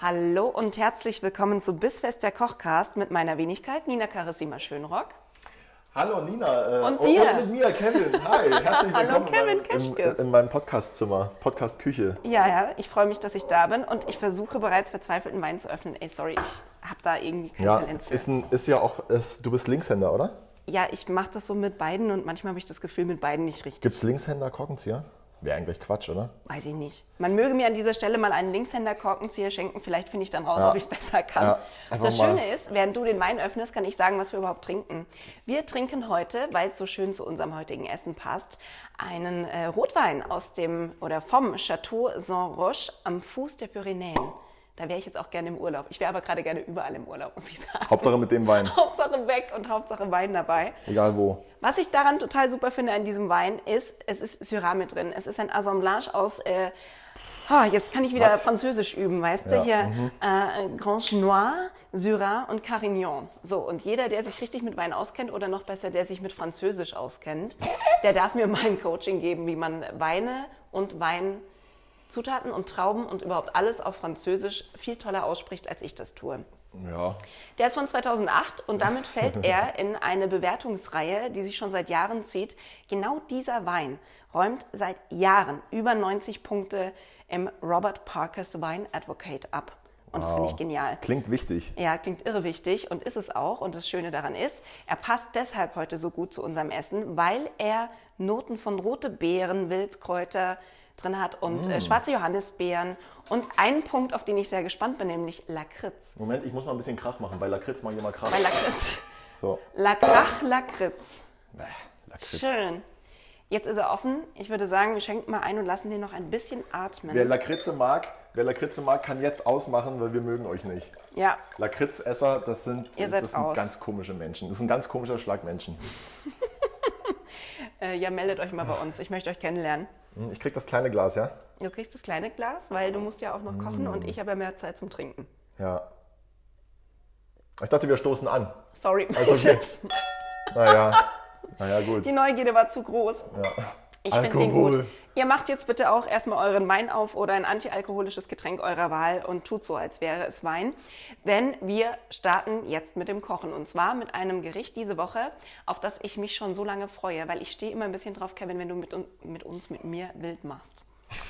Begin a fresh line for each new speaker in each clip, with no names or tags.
Hallo und herzlich willkommen zu Bissfest der Kochcast mit meiner Wenigkeit Nina Carissima Schönrock.
Hallo Nina äh,
Und dir.
und mit mir Kevin. Hi, herzlich
Hallo,
willkommen
Kevin
in, meinem, in,
Keschkes.
in meinem Podcast-Zimmer, Podcast-Küche.
Ja, ja, ich freue mich, dass ich da bin und ich versuche bereits verzweifelten Wein zu öffnen. Ey, sorry, ich habe da irgendwie kein
Ja,
Talent für.
ist, ein, ist ja auch, ist, du bist Linkshänder, oder?
ja, ich mache das so mit beiden und manchmal habe ich das Gefühl, mit beiden nicht richtig.
Gibt's Linkshänder-Korkenzieher? Wäre eigentlich Quatsch, oder?
Weiß ich nicht. Man möge mir an dieser Stelle mal einen Linkshänder-Korkenzieher schenken, vielleicht finde ich dann raus,
Ja.
ob ich es besser kann.
Ja, einfach
das
mal.
Schöne ist, während du den Wein öffnest, kann ich sagen, was wir überhaupt trinken. Wir trinken heute, weil es so schön zu unserem heutigen Essen passt, einen äh, Rotwein aus dem oder vom Château Saint-Roch am Fuß der Pyrenäen. Da wäre ich jetzt auch gerne im Urlaub. Ich wäre aber gerade gerne überall im Urlaub, muss ich sagen.
Hauptsache mit dem Wein,
Hauptsache weg und Hauptsache Wein dabei.
egal wo.
Was ich daran total super finde an diesem Wein ist, es ist Syrah mit drin. Es ist ein Assemblage aus, äh, oh, jetzt kann ich wieder
Was?
Französisch üben, weißt du,
Ja,
hier äh, Grand Noir, Syrah und Carignan. So, und jeder, der sich richtig mit Wein auskennt oder noch besser, der sich mit Französisch auskennt, der darf mir mal ein Coaching geben, wie man Weine und Weinzutaten und Trauben und überhaupt alles auf Französisch viel toller ausspricht, als ich das tue.
Ja.
Der ist von 2008 und damit fällt er in eine Bewertungsreihe, die sich schon seit Jahren zieht. Genau dieser Wein räumt seit Jahren über 90 Punkte im Robert Parkers Wein Advocate ab. Und das finde ich
Wow.
genial.
Klingt wichtig.
Ja, klingt irre wichtig und ist es auch. Und das Schöne daran ist, er passt deshalb heute so gut zu unserem Essen, weil er Noten von rote Beeren, Wildkräuter drin hat und äh, schwarze Johannisbeeren und einen Punkt, auf den ich sehr gespannt bin, nämlich Lakritz.
Moment, ich muss mal ein bisschen Krach machen. Bei Lakritz mache ich immer Krach.
Bei Lakritz.
So.
Lakrach Lakritz.
Äh, Lakritz.
Schön. Jetzt ist er offen. Ich würde sagen, wir schenken mal ein und lassen den noch ein bisschen atmen.
Wer Lakritze mag, wer Lakritze mag, kann jetzt ausmachen, weil wir mögen euch nicht.
ja,
Lakritzesser, das sind,
Ihr seid
das sind
raus.
ganz komische Menschen. Das ist ein ganz komischer Schlag Menschen.
äh, ja, meldet euch mal bei uns. Ich möchte euch kennenlernen.
Hm, Ich krieg das kleine Glas, ja?
Du kriegst das kleine Glas, weil du musst ja auch noch kochen und ich habe ja mehr Zeit zum Trinken.
Ja. Ich dachte, wir stoßen an.
Sorry.
okay. Naja, naja, gut.
Die Neugierde war zu groß.
Ja.
Ich finde den gut.
Alkohol.
Ihr macht jetzt bitte auch erstmal euren Wein auf oder ein antialkoholisches Getränk eurer Wahl und tut so, als wäre es Wein. Denn wir starten jetzt mit dem Kochen. Und zwar mit einem Gericht diese Woche, auf das ich mich schon so lange freue, weil ich stehe immer ein bisschen drauf, Kevin, wenn du mit, un mit uns, mit mir wild machst.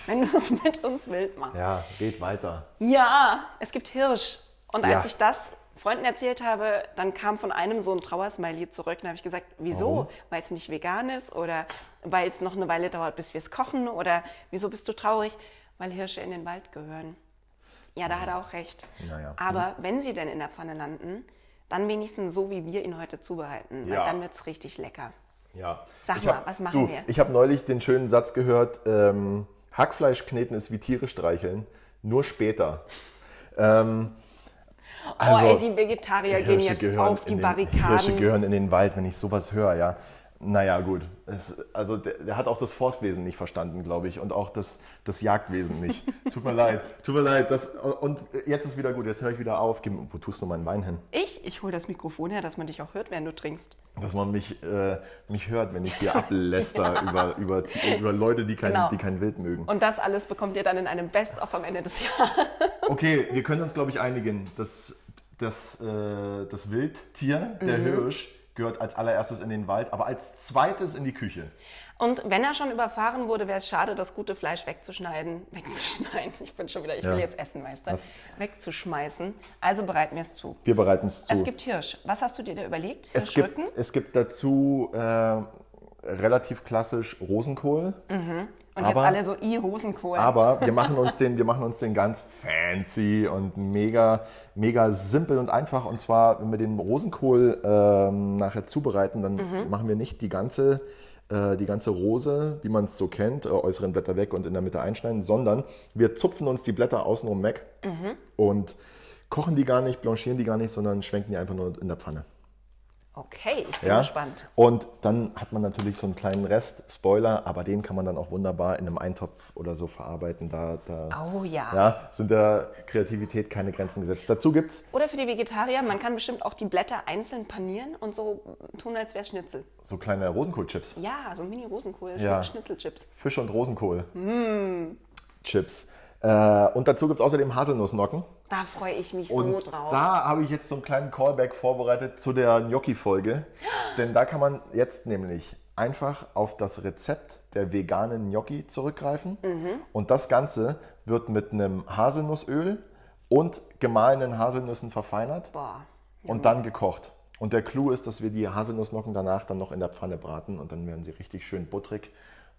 Wenn du es mit uns wild machst.
Ja, red weiter.
Ja, es gibt Hirsch. Und als
Ja.
ich das Freunden erzählt habe, dann kam von einem so ein Trauersmiley zurück. Dann habe ich gesagt, wieso? Weil es nicht vegan ist oder weil es noch eine Weile dauert, bis wir es kochen oder wieso bist du traurig? Weil Hirsche in den Wald gehören. Ja, da hat er auch recht.
Naja.
Aber wenn sie denn in der Pfanne landen, dann wenigstens so, wie wir ihn heute zubereiten. Weil
Ja.
dann wird es richtig lecker.
Ja.
Sag
Ich
mal, was machen
du,
wir?
Ich habe neulich den schönen Satz gehört: ähm, Hackfleisch kneten ist wie Tiere streicheln, nur später. Ähm,
oh, ey, die Vegetarier gehen
Also, Hirsche
jetzt
gehören
auf die
in den, Hirsche
Barrikaden.
gehören in den Wald, wenn ich sowas höre, ja. Naja, gut. Es, also der, der hat auch das Forstwesen nicht verstanden, glaube ich. Und auch das, das Jagdwesen nicht. Tut mir leid. Tut mir leid. Das, und jetzt ist wieder gut. Jetzt höre ich wieder auf. Gib, wo tust du meinen Wein hin?
Ich, ich hole das Mikrofon her, dass man dich auch hört, während du trinkst.
Dass man mich, äh, mich hört, wenn ich hier abläster über, über, über Leute, die kein,
Genau.
die kein Wild mögen.
Und das alles bekommt ihr dann in einem Best-of am Ende des Jahres.
Okay, wir können uns, glaube ich, einigen, dass das, äh, das Wildtier, der
Mhm.
Hirsch, gehört als allererstes in den Wald, aber als zweites in die Küche.
Und wenn er schon überfahren wurde, wäre es schade, das gute Fleisch wegzuschneiden. Wegzuschneiden. Ich bin schon wieder, ich
Ja.
will jetzt essen, Meister.
Was?
Wegzuschmeißen. Also bereit mir es zu.
Wir bereiten es zu.
Es gibt Hirsch. Was hast du dir da überlegt?
es gibt,
Hirschrücken?
es gibt dazu äh, relativ klassisch Rosenkohl,
Mhm. Und jetzt
aber-
alle so, i Rosenkohl.
aber wir machen, uns den, wir machen uns den ganz fancy und mega, mega simpel und einfach. Und
Mhm.
zwar, wenn wir den Rosenkohl ähm, nachher zubereiten, dann machen wir nicht die ganze äh, die ganze Rose, wie man es so kennt, äh, äußeren Blätter weg und in der Mitte einschneiden, sondern wir zupfen uns die Blätter außenrum weg
Mhm.
und kochen die gar nicht, blanchieren die gar nicht, sondern schwenken die einfach nur in der Pfanne.
Okay, ich bin
Ja?
gespannt.
Und dann hat man natürlich so einen kleinen Rest, Spoiler, aber den kann man dann auch wunderbar in einem Eintopf oder so verarbeiten. Da, da
Oh ja.
ja, sind der Kreativität keine Grenzen gesetzt. Dazu gibt es
Oder für die Vegetarier, man kann bestimmt auch die Blätter einzeln panieren und so tun, als wäre Schnitzel.
so kleine Rosenkohlchips.
Ja, so Mini-Rosenkohl,
Ja.
Schnitzelchips.
Fisch und Rosenkohl.
Hm.
Chips. Äh, und dazu gibt es außerdem Haselnussnocken.
Da freue ich mich
Und
so drauf.
da habe ich jetzt so einen kleinen Callback vorbereitet zu der Gnocchi-Folge. Denn da kann man jetzt nämlich einfach auf das Rezept der veganen Gnocchi zurückgreifen.
Mhm.
Und das Ganze wird mit einem Haselnussöl und gemahlenen Haselnüssen verfeinert
Boah.
und dann gekocht. Und der Clou ist, dass wir die Haselnussnocken danach dann noch in der Pfanne braten und dann werden sie richtig schön butterig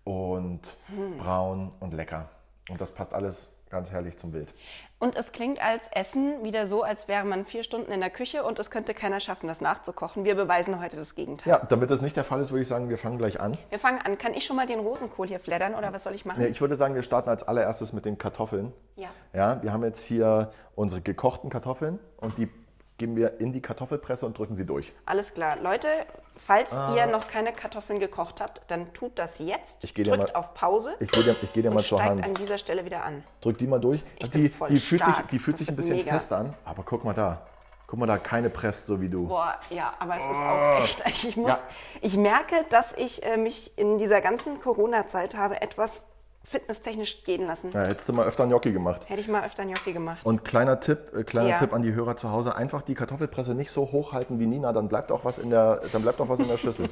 und
Hm.
braun und lecker. Und das passt alles ganz herrlich zum Wild.
Und es klingt als Essen wieder so, als wäre man vier Stunden in der Küche und es könnte keiner schaffen, das nachzukochen. Wir beweisen heute das Gegenteil.
Ja, damit das nicht der Fall ist, würde ich sagen, wir fangen gleich an.
Wir fangen an. Kann ich schon mal den Rosenkohl hier fleddern oder was soll ich machen?
Ja, Ich würde sagen, wir starten als allererstes mit den Kartoffeln.
Ja.
Ja, wir haben jetzt hier unsere gekochten Kartoffeln und die geben wir in die Kartoffelpresse und drücken sie durch.
Alles klar. Leute, falls ihr noch keine Kartoffeln gekocht habt, dann tut das jetzt.
Ah. Ich geh dir
Drückt
mal-
auf Pause
Ich gehe dir, ich geh dir mal
und
zur
steigt
Hand.
an dieser Stelle wieder an.
Drück die mal durch.
bin
die,
voll
die fühlt sich,
stark.
die fühlt
Das
sich ein
wird
bisschen
mega.
fest an. Aber guck mal da. Guck mal da, keine presst so wie du.
Boah, ja, aber es ist auch echt. Ich, muss,
Ah. Ja.
ich merke, dass ich äh, mich in dieser ganzen Corona-Zeit habe etwas fitnesstechnisch gehen lassen.
Ja, hättest du mal öfter einen Gnocchi gemacht.
Hätte ich mal öfter einen Gnocchi gemacht.
Und kleiner Tipp, äh, kleiner
Ja.
Tipp an die Hörer zu Hause, einfach die Kartoffelpresse nicht so hochhalten wie Nina, dann bleibt auch was in der, dann bleibt auch was in der Schüssel.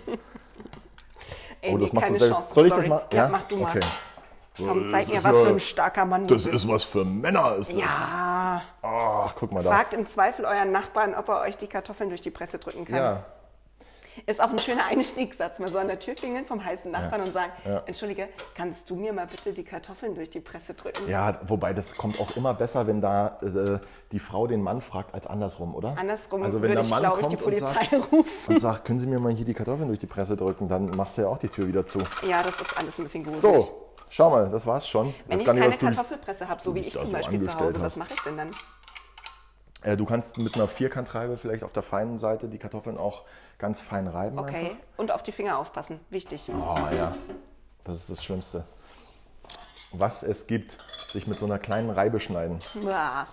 Ey,
Oh, das
nee,
machst
keine
du selber.
Chance.
Soll ich das
Sorry.
machen?
Ja, mach du mal.
okay.
Komm, zeig
Das
mir,
Äh, ist
was
ja-
für ein starker Mann du
Das
bist.
ist was für Männer, ist das.
ja,
Ach, guck mal da.
fragt im Zweifel euren Nachbarn, ob er euch die Kartoffeln durch die Presse drücken kann.
Ja,
Ist auch ein schöner Einstiegssatz. Man soll an der Tür klingeln vom heißen Nachbarn und sagen, entschuldige, kannst du mir mal bitte die Kartoffeln durch die Presse drücken?
ja, wobei das kommt auch immer besser, wenn da äh, die Frau den Mann fragt, als andersrum, oder?
Andersrum
also, wenn
würde
der
ich,
Mann
glaube ich,
kommt
die Polizei
und sagt,
rufen.
und sagt, können Sie mir mal hier die Kartoffeln durch die Presse drücken, dann machst du ja auch die Tür wieder zu.
Ja, das ist alles ein bisschen gruselig.
So, schau mal, das war's schon.
Wenn
Weiß
ich
gar nicht,
keine
was du-
Kartoffelpresse habe, so wie
dich
ich
da
zum
so
Beispiel zu
angestellt
Hause, was
hast.
mache ich denn dann?
Äh, du kannst mit einer Vierkantreibe vielleicht auf der feinen Seite die Kartoffeln auch ganz fein reiben.
Okay. Und auf die Finger aufpassen. Wichtig.
Einfach. Oh ja, das ist das Schlimmste. Was es gibt, sich mit so einer kleinen Reibe schneiden.
Uah.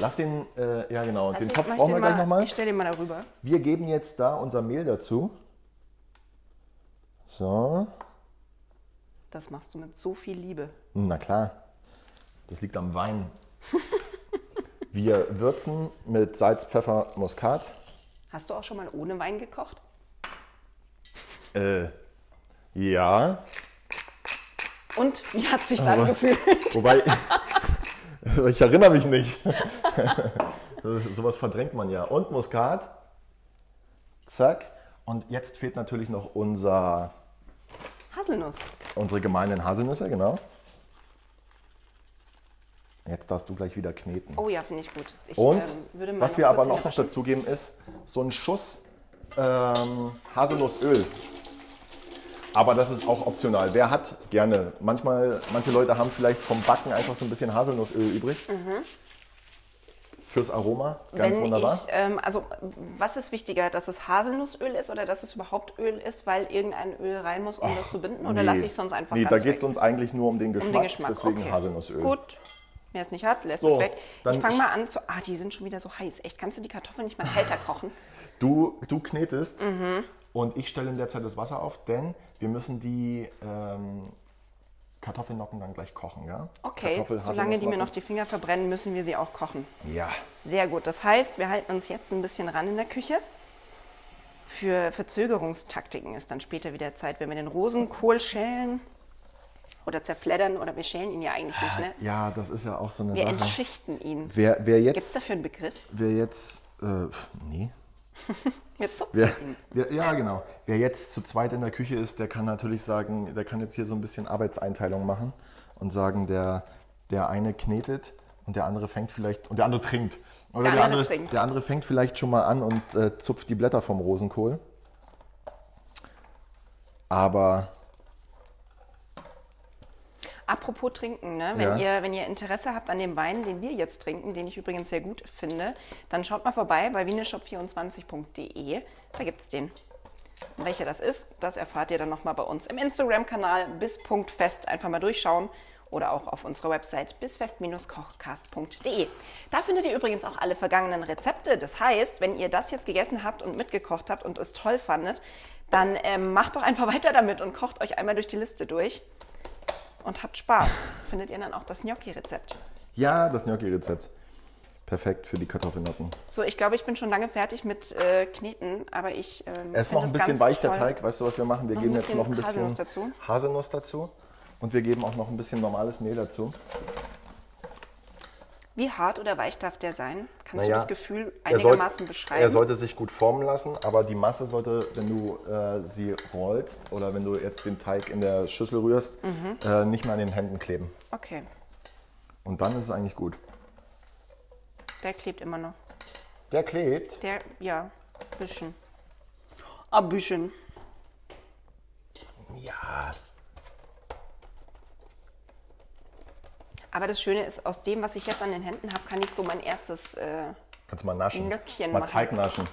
Lass den, äh, ja genau, den
Also,
Topf
mach ich
brauchen wir
den
gleich
mal-
nochmal.
Ich stelle den mal darüber.
Wir geben jetzt da unser Mehl dazu. So,
Das machst du mit so viel Liebe.
na klar, das liegt am Wein. Wir würzen mit Salz, Pfeffer, Muskat.
Hast du auch schon mal ohne Wein gekocht?
Äh, ja,
Und wie hat sich's angefühlt?
Wobei, ich erinnere mich nicht. Sowas verdrängt man ja. Und Muskat. Zack. Und jetzt fehlt natürlich noch unser,
Haselnuss.
unsere gemahlenen Haselnüsse, genau. Jetzt darfst du gleich wieder kneten.
Oh ja, finde ich gut. Ich,
Und
ähm, würde mal
was
noch
wir aber
kurz
noch, noch
hinwaschen.
dazugeben ist, so ein Schuss ähm, Haselnussöl. Aber das ist auch optional. Wer hat gerne? Manchmal, manche Leute haben vielleicht vom Backen einfach so ein bisschen Haselnussöl übrig. Fürs Aroma, ganz
Mhm. Wenn
wunderbar.
ich, ähm, also was ist wichtiger, dass es Haselnussöl ist oder dass es überhaupt Öl ist, weil irgendein Öl rein muss, um das zu binden? Oder
Nee.
lasse ich es sonst einfach
Nee,
ganz
da geht es
weg?
uns eigentlich nur um den Geschmack,
um den Geschmack.
deswegen
okay.
Haselnussöl.
Gut, wer es nicht hat, lässt
So,
es weg. Ich
dann
fange
sch-
mal an zu, ah, die sind schon wieder so heiß. Echt, kannst du die Kartoffeln nicht mal kälter kochen?
Du, du knetest und ich stelle in der Zeit das Wasser auf, denn wir müssen die ähm, Kartoffelnocken dann gleich kochen, ja?
Okay,
Kartoffel,
solange die mir
Haselnussnocken.
noch die Finger verbrennen, müssen wir sie auch kochen.
Ja.
Sehr gut. Das heißt, wir halten uns jetzt ein bisschen ran in der Küche. Für Verzögerungstaktiken ist dann später wieder Zeit, wenn wir den Rosenkohl schälen oder zerfleddern oder wir schälen ihn ja eigentlich nicht, ne?
Ja, das ist ja auch so eine
Wir
Sache.
entschichten ihn.
Wer, wer
Gibt es
jetzt,
dafür einen Begriff?
wer jetzt, äh, pf, nee.
Wir zupfen
Wer,
ihn.
wer, ja, genau. Wer jetzt zu zweit in der Küche ist, der kann natürlich sagen, der kann jetzt hier so ein bisschen Arbeitseinteilung machen und sagen, der, der eine knetet und der andere fängt vielleicht, und der andere trinkt. Oder
Der andere trinkt.
der andere fängt vielleicht schon mal an und äh, zupft die Blätter vom Rosenkohl. Aber
Apropos Trinken, ne? wenn,
Ja.
ihr, wenn ihr Interesse habt an dem Wein, den wir jetzt trinken, den ich übrigens sehr gut finde, dann schaut mal vorbei bei wieneshop24.de. Da gibt's den. Welcher das ist, das erfahrt ihr dann nochmal bei uns im Instagram-Kanal bis.fest. Einfach mal durchschauen oder auch auf unserer Website bisfest-kochcast.de. Da findet ihr übrigens auch alle vergangenen Rezepte. Das heißt, wenn ihr das jetzt gegessen habt und mitgekocht habt und es toll fandet, dann ähm, macht doch einfach weiter damit und kocht euch einmal durch die Liste durch und habt Spaß. Findet ihr dann auch das Gnocchi-Rezept.
ja, das Gnocchi-Rezept. Perfekt für die Kartoffelnocken.
So, ich glaube, ich bin schon lange fertig mit äh, Kneten, aber ich. Ähm,
Er ist
find
noch
das
ein bisschen
ganz
weich, der
toll.
Teig. Weißt du, was wir machen? Wir
Noch ein
geben jetzt
bisschen
noch ein bisschen
Haselnuss dazu.
Haselnuss dazu. Und wir geben auch noch ein bisschen normales Mehl dazu.
Wie hart oder weich darf der sein? Kannst
Naja,
du das Gefühl
er soll-
einigermaßen beschreiben?
Er sollte sich gut formen lassen, aber die Masse sollte, wenn du äh, sie rollst oder wenn du jetzt den Teig in der Schüssel rührst,
Mhm.
äh, nicht mehr an den Händen kleben.
okay,
Und dann ist es eigentlich gut.
der klebt immer noch.
Der klebt.
Der, ja, bisschen. Ein bisschen.
Ja.
Aber das Schöne ist, aus dem, was ich jetzt an den Händen habe, kann ich so mein erstes äh,
Kannst mal naschen.
Löckchen
mal
machen.
Teig naschen.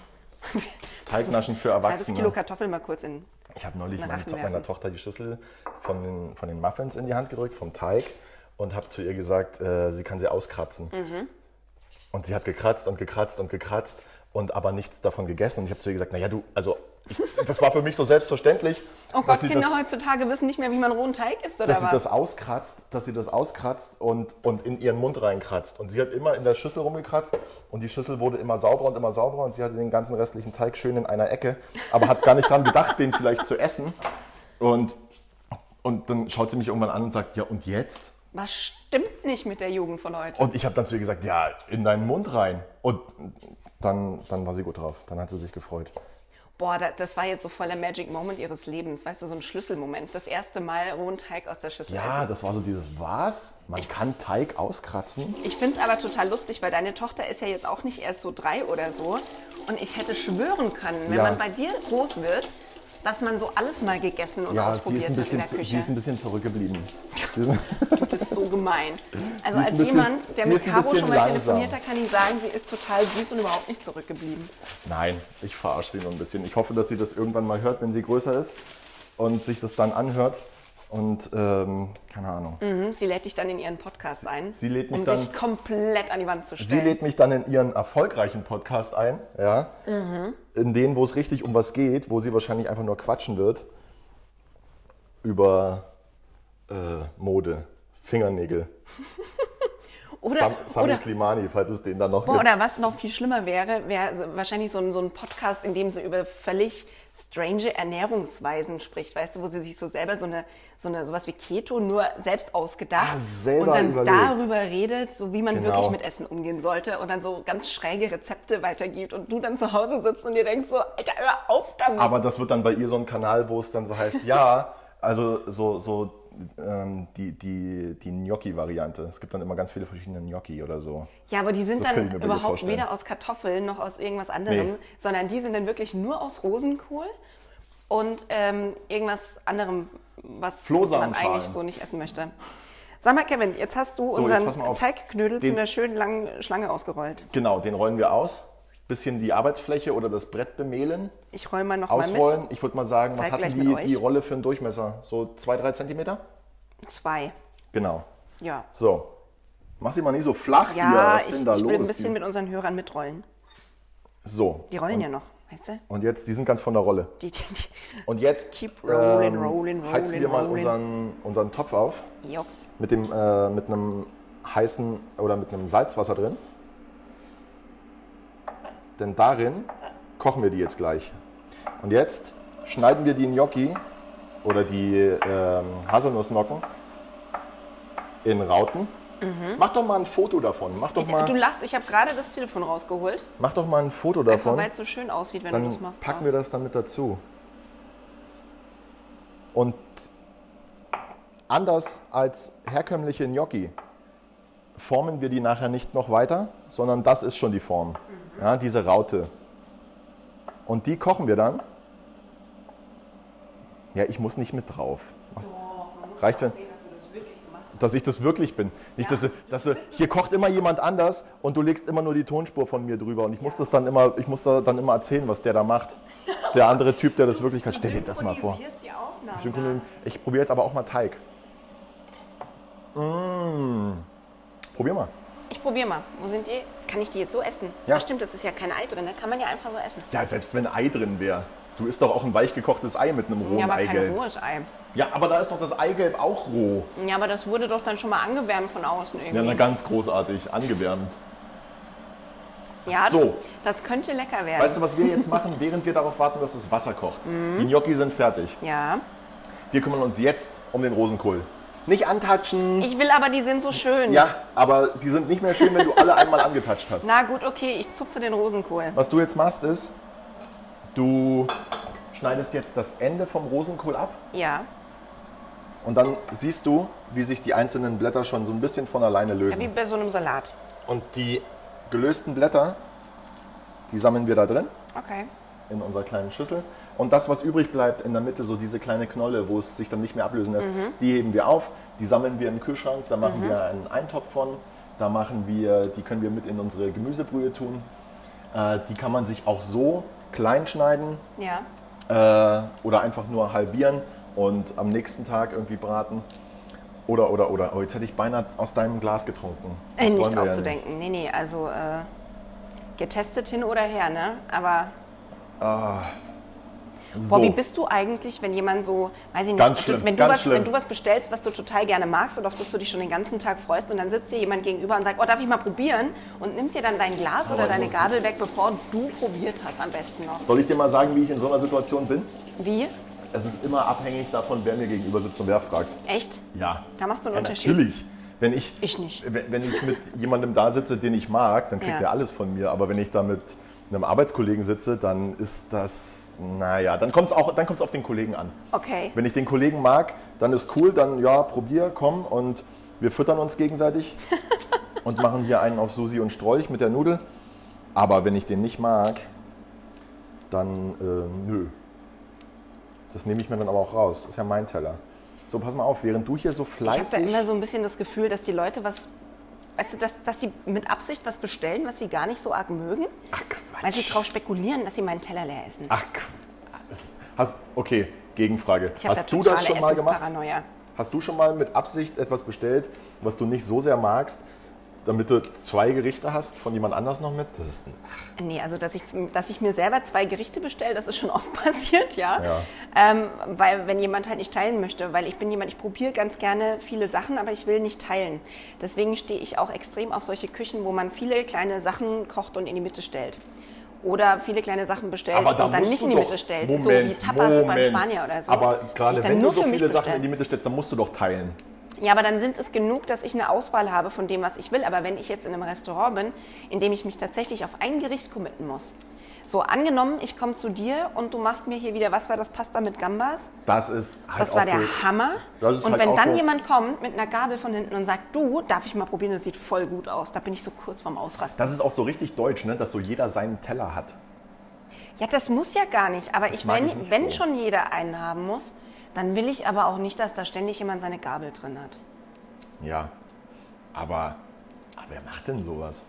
Teig naschen für
halbes
Erwachsene.
Kilo Kartoffeln mal kurz in. Oh
Ich habe neulich
Nach
meine,
Aachen
To-
werfen.
meiner Tochter die Schüssel von den, von den Muffins in die Hand gedrückt, vom Teig, und habe zu ihr gesagt, äh, sie kann sie auskratzen.
Mhm.
Und sie hat gekratzt und gekratzt und gekratzt und aber nichts davon gegessen. Und ich habe zu ihr gesagt, naja, du, also ich, das war für mich so selbstverständlich.
Oh
dass
Gott,
sie
Kinder
das,
heutzutage wissen nicht mehr, wie man rohen Teig isst oder
dass sie
was?
das auskratzt, dass sie das auskratzt und, und in ihren Mund reinkratzt. Und sie hat immer in der Schüssel rumgekratzt und die Schüssel wurde immer sauberer und immer sauberer und sie hatte den ganzen restlichen Teig schön in einer Ecke, aber hat gar nicht dran gedacht, den vielleicht zu essen. Und, und dann schaut sie mich irgendwann an und sagt, ja und jetzt?
was stimmt nicht mit der Jugend von heute?
Und ich habe dann zu ihr gesagt, ja, in deinen Mund rein. Und dann, dann war sie gut drauf, dann hat sie sich gefreut.
Boah, da, das war jetzt so voll der Magic Moment ihres Lebens, weißt du, so ein Schlüsselmoment. Das erste Mal rohen Teig aus der Schüssel
Ja,
essen.
das war so dieses, was? Man kann Teig auskratzen?
Ich finde es aber total lustig, weil deine Tochter ist ja jetzt auch nicht erst so drei oder so. Und ich hätte schwören können, wenn
Ja.
man bei dir groß wird, dass man so alles mal gegessen und
Ja, sie
ausprobiert
ist, ein
hat in
bisschen,
der
zu- sie
Küche.
ist ein bisschen zurückgeblieben.
Du bist so gemein. Also
Sie ist
als
ein bisschen-
jemand, der
sie
mit
ist ein
Caro schon
bisschen
mal
langsam.
telefoniert hat, kann ich sagen, sie ist total süß und überhaupt nicht zurückgeblieben.
Nein, ich verarsche sie nur ein bisschen. Ich hoffe, dass sie das irgendwann mal hört, wenn sie größer ist und sich das dann anhört. Und ähm, keine Ahnung.
Mhm, Sie lädt dich dann in ihren Podcast ein,
sie lädt mich
um
dann-
dich komplett an die Wand zu
Sie
stellen.
lädt mich dann in ihren erfolgreichen Podcast ein, ja,
Mhm.
in denen, wo es richtig um was geht, wo sie wahrscheinlich einfach nur quatschen wird über äh, Mode, Fingernägel.
oder,
Sam, Sami
oder
Slimani, falls es den dann noch
Boah,
gibt.
oder was noch viel schlimmer wäre, wäre so, wahrscheinlich so ein, so ein Podcast, in dem sie über völlig strange Ernährungsweisen spricht, weißt du, wo sie sich so selber so eine, so eine sowas wie Keto nur selbst ausgedacht
Ah, selber
und dann
überlegt.
darüber redet, so wie man
Genau.
wirklich mit Essen umgehen sollte und dann so ganz schräge Rezepte weitergibt und du dann zu Hause sitzt und dir denkst so, Alter, hör auf damit.
Aber das wird dann bei ihr so ein Kanal, wo es dann so heißt, ja, also so, so ähm, die, die, die Gnocchi-Variante. Es gibt dann immer ganz viele verschiedene Gnocchi oder so.
ja, aber die sind
das kann
dann
ich mir bei dir
überhaupt
vorstellen.
weder aus Kartoffeln noch aus irgendwas anderem,
Nee.
sondern die sind dann wirklich nur aus Rosenkohl und ähm, irgendwas anderem, was man
Flohsamenschalen.
eigentlich so nicht essen möchte. Sag mal, Kevin, jetzt hast du
jetzt pass
unseren
mal auf.
Teigknödel zu
Den-
einer schönen langen Schlange ausgerollt.
Genau, den rollen wir aus. Bisschen die Arbeitsfläche oder das Brett bemehlen,
Ich roll mal noch mal
ausrollen. Ich würde mal sagen,
Zeig
was
gleich
hatten
mit
die, die
euch.
Rolle für einen Durchmesser? So 2-3 Zentimeter?
mit. Zwei.
Genau.
Ja.
So. Mach sie mal nicht so flach hier.
Ja,
Was
ich,
ist denn
ich
da
will
los?
ein bisschen
Die-
mit unseren Hörern mitrollen.
so.
Die rollen
und,
ja noch, weißt du?
Und jetzt, die sind ganz von der Rolle.
Die, die, die.
Und jetzt ähm,
Keep rolling, rolling,
heizen wir
rolling,
mal
rolling.
unseren, unseren Topf auf.
Jo.
mit dem äh, mit einem heißen oder mit einem Salzwasser drin. Denn darin kochen wir die jetzt gleich. Und jetzt schneiden wir die Gnocchi oder die ähm, Haselnussnocken in Rauten. Mach doch mal ein Foto davon. Mach doch
Mhm. Ich, du
mal,
lachst, ich habe gerade das Telefon rausgeholt,
mach doch mal ein Foto
einfach
davon.
weil es so schön aussieht, wenn du
Dann
das machst.
packen wir das dann mit dazu. Und anders als herkömmliche Gnocchi formen wir die nachher nicht noch weiter, sondern das ist schon die Form.
Mhm.
Ja, diese Raute. Und die kochen wir dann. Ja, ich muss nicht mit drauf. Reicht, wenn. Dass ich das wirklich bin. Nicht, dass, du, dass du, hier kocht immer jemand anders und du legst immer nur die Tonspur von mir drüber und ich muss das dann immer, ich muss da dann immer erzählen, was der da macht. Der andere Typ, der das wirklich kann. Stell dir das mal vor.
Synchronisierst die Aufnahme.
Synchronisierung. Ich probiere jetzt aber auch mal Teig. Mmh. Probier mal.
Ich probier mal. Wo sind die? Kann ich die jetzt so essen?
Ja.
Ach, stimmt, das ist ja kein Ei drin, ne? Kann man ja einfach so essen.
Ja, selbst wenn Ei drin wäre. Du isst doch auch ein weich gekochtes Ei mit einem rohen
ja, aber kein
Eigelb.
rohes Ei.
Ja, aber da ist doch das Eigelb auch roh.
Ja, aber das wurde doch dann schon mal angewärmt von außen
Ja,
irgendwie.
na, ganz großartig, angewärmt.
Ja,
so.
das könnte lecker werden.
Weißt du, was wir jetzt machen, während wir darauf warten, dass das Wasser kocht? Die Gnocchi sind fertig.
ja.
Wir kümmern uns jetzt um den Rosenkohl. Nicht antatschen.
Ich will aber, die sind so schön.
ja, aber die sind nicht mehr schön, wenn du alle einmal angetatscht hast.
Na gut, okay, ich zupfe den Rosenkohl.
Was du jetzt machst ist, du schneidest jetzt das Ende vom Rosenkohl ab
Ja.
und dann siehst du, wie sich die einzelnen Blätter schon so ein bisschen von alleine
ja. Wie
lösen.
bei so einem Salat.
Und die gelösten Blätter, die sammeln wir da drin
Okay.
in unserer kleinen Schüssel. Und das, was übrig bleibt in der Mitte, so diese kleine Knolle, wo es sich dann nicht mehr ablösen lässt,
Mhm.
die heben wir auf, die sammeln wir im Kühlschrank, da machen wir einen Eintopf von, da machen wir, die können wir mit in unsere Gemüsebrühe tun. Äh, die kann man sich auch so klein schneiden
Ja.
äh, oder einfach nur halbieren und am nächsten Tag irgendwie braten. Oder, oder, oder. Oh, jetzt hätte ich beinahe aus deinem Glas getrunken. Das
Äh,
wollen
nicht
wir ja
auszudenken. Nee, nee, also äh, getestet hin oder her, ne? Aber
nicht.
boah,
So.
wie bist du eigentlich, wenn jemand so, weiß ich nicht,
Ganz
du-
schlimm,
wenn, du
ganz
was,
schlimm.
wenn du was bestellst, was du total gerne magst und auf das du dich schon den ganzen Tag freust und dann sitzt dir jemand gegenüber und sagt, oh, darf ich mal probieren? Und nimmt dir dann dein Glas oder
Aber
deine
so-
Gabel weg, bevor du probiert hast am besten noch.
Soll ich dir mal sagen, wie ich in so einer Situation bin?
Wie?
Es ist immer abhängig davon, wer mir gegenüber sitzt und wer fragt.
Echt?
Ja.
Da machst du einen
ja,
Unterschied.
Natürlich. Wenn ich,
Ich nicht.
Wenn, wenn ich mit jemandem da sitze, den ich mag, dann kriegt
Ja.
er alles von mir. Aber wenn ich da mit einem Arbeitskollegen sitze, dann ist das, naja, dann kommt es dann kommt's auf den Kollegen an.
Okay.
Wenn ich den Kollegen mag, dann ist cool, dann ja, probier, komm und wir füttern uns gegenseitig und machen hier einen auf Susi und Strolch mit der Nudel. Aber wenn ich den nicht mag, dann äh, nö. Das nehme ich mir dann aber auch raus. Das ist ja mein Teller. So, pass mal auf, während du hier so
Ich habe da
fleißig.
immer so ein bisschen das Gefühl, dass die Leute was, weißt du, dass, dass die mit Absicht was bestellen, was sie gar nicht so arg mögen,
Ach Quatsch.
weil sie drauf spekulieren, dass sie meinen Teller leer essen.
Ach Quatsch. Hast, okay, Gegenfrage.
ich habe da
Hast du
totale
das schon mal gemacht?
Essensparanoia.
Hast du schon mal mit Absicht etwas bestellt, was du nicht so sehr magst, damit du zwei Gerichte hast von jemand anders noch mit? Das ist ein
Nee, also dass ich, dass ich mir selber zwei Gerichte bestelle, das ist schon oft passiert, ja.
Ja.
Ähm, weil wenn jemand halt nicht teilen möchte, weil ich bin jemand, ich probiere ganz gerne viele Sachen, aber ich will nicht teilen. Deswegen stehe ich auch extrem auf solche Küchen, wo man viele kleine Sachen kocht und in die Mitte stellt. Oder viele kleine Sachen bestellt
Aber da
und dann
musst
nicht
du
in die
doch-
Mitte stellt. so wie
Moment,
Tapas
Moment.
beim Spanier oder so.
Aber
die
gerade
ich dann
wenn du
nur
so
für mich
viele Sachen
bestelle.
in die Mitte stellst, dann musst du doch teilen.
Ja, aber dann sind es genug, dass ich eine Auswahl habe von dem, was ich will. Aber wenn ich jetzt in einem Restaurant bin, in dem ich mich tatsächlich auf ein Gericht committen muss. So, angenommen, ich komme zu dir und du machst mir hier wieder, was war das, Pasta mit Gambas?
Das ist halt
Das
auch
war
so,
der Hammer.
Das ist
und
halt
wenn
auch
dann
so-
jemand kommt mit einer Gabel von hinten und sagt, du, darf ich mal probieren, das sieht voll gut aus. Da bin ich so kurz vorm Ausrasten.
Das ist auch so richtig deutsch, ne? dass so jeder seinen Teller hat.
ja, das muss ja gar nicht. Aber ich,
mag
wenn,
ich nicht
wenn
so.
schon jeder einen haben muss, dann will ich aber auch nicht, dass da ständig jemand seine Gabel drin hat.
Ja. Aber, aber wer macht denn sowas?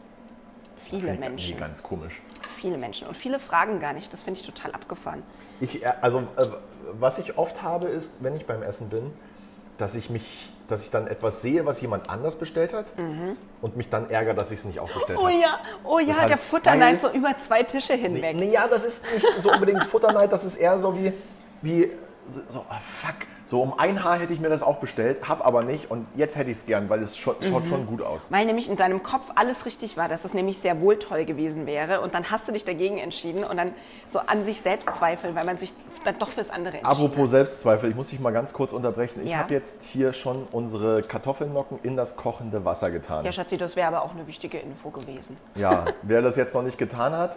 Viele
Finde ich irgendwie
Menschen.
ganz komisch.
Viele Menschen. Und viele fragen gar nicht. Das finde ich total abgefahren.
Ich, äh, also, äh, was ich oft habe, ist, wenn ich beim Essen bin, dass ich mich, dass ich dann etwas sehe, was jemand anders bestellt hat
Mhm.
und mich dann ärgere, dass ich es nicht auch bestellt
Oh
habe.
ja, oh ja,
Deshalb-
der
Nein.
Futterneid so über zwei Tische hinweg.
Nee, ja, das ist nicht so unbedingt Futterneid, das ist eher so wie, wie so, so ah, fuck, so um ein Haar hätte ich mir das auch bestellt, hab aber nicht und jetzt hätte ich es gern, weil es schaut, schaut
Mhm.
schon gut aus.
Weil nämlich in deinem Kopf alles richtig war, dass es nämlich sehr wohl toll gewesen wäre und dann hast du dich dagegen entschieden und dann so an sich selbst zweifeln, weil man sich dann doch fürs andere entschieden
Apropos Selbstzweifel, ich muss dich mal ganz kurz unterbrechen. Ich
Ja.
habe jetzt hier schon unsere Kartoffelnocken in das kochende Wasser getan.
Ja, Schatzi, das wäre aber auch eine wichtige Info gewesen.
ja, wer das jetzt noch nicht getan hat,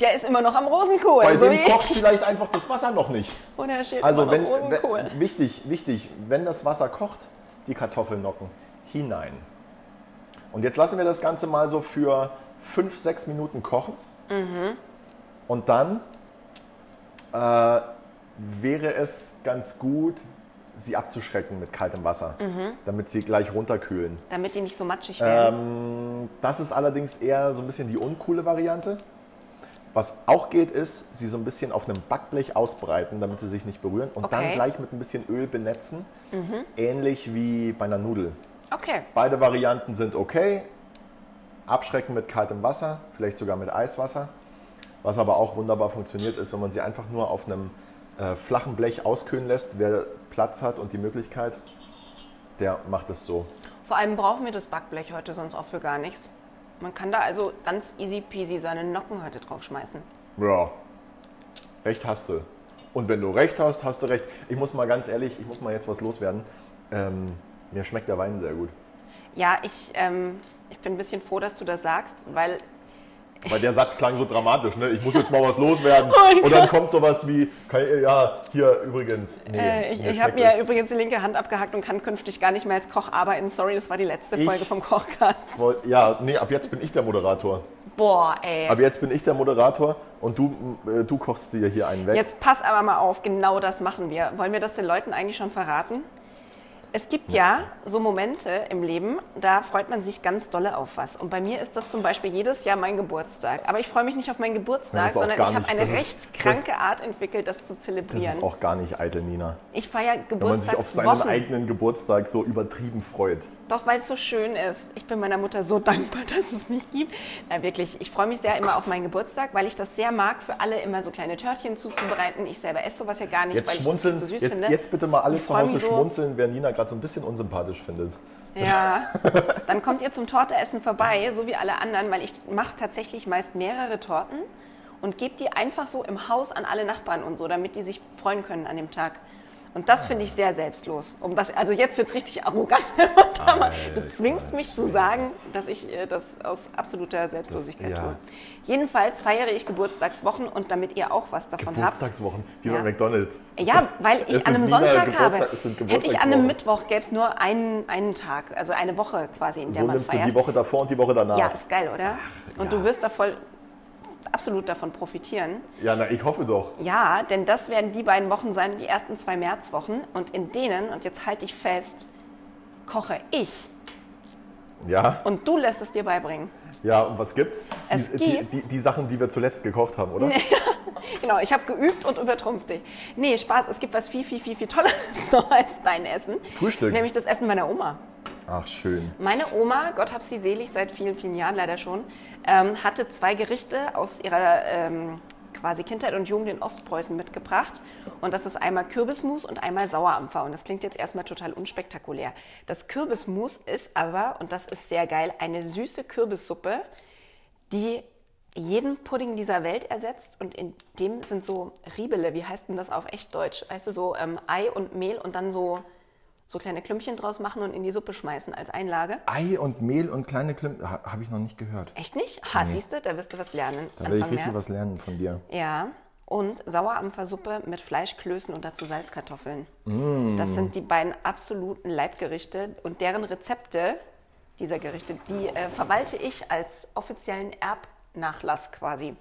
Der ist immer noch am Rosenkohl,
Bei
so
dem
Also wie
kocht
ich.
vielleicht einfach das Wasser noch nicht.
Und er steht
Also
immer
wenn,
noch Rosenkohl.
wenn wichtig, wichtig, wenn das Wasser kocht, die Kartoffelnocken hinein. Und jetzt lassen wir das Ganze mal so für 5,
Mhm.
6 Minuten kochen. Und dann äh, wäre es ganz gut, sie abzuschrecken mit kaltem Wasser,
Mhm.
damit sie gleich runterkühlen.
damit die nicht so matschig werden.
Ähm. Das ist allerdings eher so ein bisschen die uncoole Variante. Was auch geht, ist, sie so ein bisschen auf einem Backblech ausbreiten, damit sie sich nicht berühren und dann
Okay.
gleich mit ein bisschen Öl benetzen. Ähnlich wie bei einer Nudel.
Okay,
Beide Varianten sind okay. Abschrecken mit kaltem Wasser, vielleicht sogar mit Eiswasser. Was aber auch wunderbar funktioniert, ist, wenn man sie einfach nur auf einem äh, flachen Blech auskühlen lässt. Wer Platz hat und die Möglichkeit, der macht es so.
vor allem brauchen wir das Backblech heute sonst auch für gar nichts. Man kann da also ganz easy peasy seine Nocken heute draufschmeißen.
Ja. Recht hast du. Und wenn du recht hast, hast du recht. Ich muss mal ganz ehrlich, ich muss mal jetzt was loswerden. Ähm, mir schmeckt der Wein sehr gut.
Ja, ich, ähm, ich bin ein bisschen froh, dass du das sagst, weil
Weil der Satz klang so dramatisch, ne? Ich muss jetzt mal was loswerden.
Oh mein
Und dann kommt sowas wie, kann, ich- ja, hier übrigens. Nee,
äh, ich, ich habe
schmeckt
mir
es.
übrigens die linke Hand abgehackt und kann künftig gar nicht mehr als Koch arbeiten. Sorry, das war die letzte
Ich-
Folge vom Kochcast.
Voll- Ja, nee, ab jetzt bin ich der Moderator.
Boah, ey.
Ab jetzt bin ich der Moderator und du, m, äh, du kochst dir hier einen weg.
Jetzt pass aber mal auf, genau das machen wir. Wollen wir das den Leuten eigentlich schon verraten? Es gibt ja so Momente im Leben, da freut man sich ganz dolle auf was. Und bei mir ist das zum Beispiel jedes Jahr mein Geburtstag. Aber ich freue mich nicht auf meinen
Das
Geburtstag,
ist auch
sondern
gar
ich habe
nicht-
eine
das ist-
recht kranke Art entwickelt, das zu
das
zelebrieren.
ist auch gar nicht eitel, Nina.
ich feiere
Wenn man sich auf seinen
Geburtstagswochen,
eigenen Geburtstag so übertrieben freut.
doch weil es so schön ist. Ich bin meiner Mutter so dankbar, dass es mich gibt. Na wirklich, ich freue mich sehr immer auf meinen Geburtstag, weil ich das sehr mag, für alle immer so kleine Törtchen zuzubereiten. Ich selber esse sowas ja gar nicht,
Jetzt
weil ich das
schmunzeln,
so süß
jetzt,
finde.
jetzt bitte mal alle
Ich
zu
freu
Hause
mich so.
schmunzeln, wer Nina gerade so ein bisschen unsympathisch findet.
Ja, dann kommt ihr zum Torteessen vorbei, so wie alle anderen, weil ich mache tatsächlich meist mehrere Torten und gebe die einfach so im Haus an alle Nachbarn und so, damit die sich freuen können an dem Tag. Und das finde ich sehr selbstlos. Um das, also jetzt wird es richtig arrogant. Du
Alter.
zwingst mich zu sagen, dass ich äh, das aus absoluter Selbstlosigkeit
Das- ja.
tue. Jedenfalls feiere ich Geburtstagswochen und damit ihr auch was davon habt.
Geburtstagswochen, wie
Ja.
bei McDonalds.
Ja, weil
Es
ich
sind
an einem
Nina
Sonntag
Geburtstag-
habe.
es sind
Hätte ich an einem
Geburtstagswochen.
Mittwoch, gäbe es nur einen, einen Tag, also eine Woche quasi, in der
So
man
nimmst
feiert.
du die Woche davor und die Woche danach.
ja, ist geil, oder? Und
ja.
du wirst da voll absolut davon profitieren.
Ja, na, ich hoffe doch.
Ja, denn das werden die beiden Wochen sein, die ersten zwei Märzwochen. Und in denen, und jetzt halte ich fest, koche ich.
Ja,
Und du lässt es dir beibringen.
ja, und was gibt's?
Es
die,
gibt-
Die, die, die Sachen, die wir zuletzt gekocht haben, oder?
Genau, ich habe geübt und übertrumpft dich. Nee, Spaß, es gibt was viel, viel, viel, viel Tolleres noch als dein Essen.
Frühstück.
Nämlich das Essen meiner Oma.
Ach, schön.
Meine Oma, Gott hab sie selig, seit vielen, vielen Jahren leider schon, ähm, hatte zwei Gerichte aus ihrer ähm, quasi Kindheit und Jugend in Ostpreußen mitgebracht. Und das ist einmal Kürbismus und einmal Sauerampfer. Und das klingt jetzt erstmal total unspektakulär. Das Kürbismus ist aber, und das ist sehr geil, eine süße Kürbissuppe, die jeden Pudding dieser Welt ersetzt und in dem sind so Riebele, wie heißt denn das auf echt Deutsch? Heißt es so ähm, Ei und Mehl und dann so, so kleine Klümpchen draus machen und in die Suppe schmeißen als Einlage?
Ei und Mehl und kleine Klümpchen. Ha, Habe ich noch nicht gehört.
Echt nicht? Ha, siehst du, da wirst du was lernen.
Da werde ich richtig was lernen von dir.
Ja. Und Sauerampfersuppe mit Fleischklößen und dazu Salzkartoffeln.
Mmh.
Das sind die beiden absoluten Leibgerichte und deren Rezepte dieser Gerichte, die äh, verwalte ich als offiziellen Erbnachlass quasi.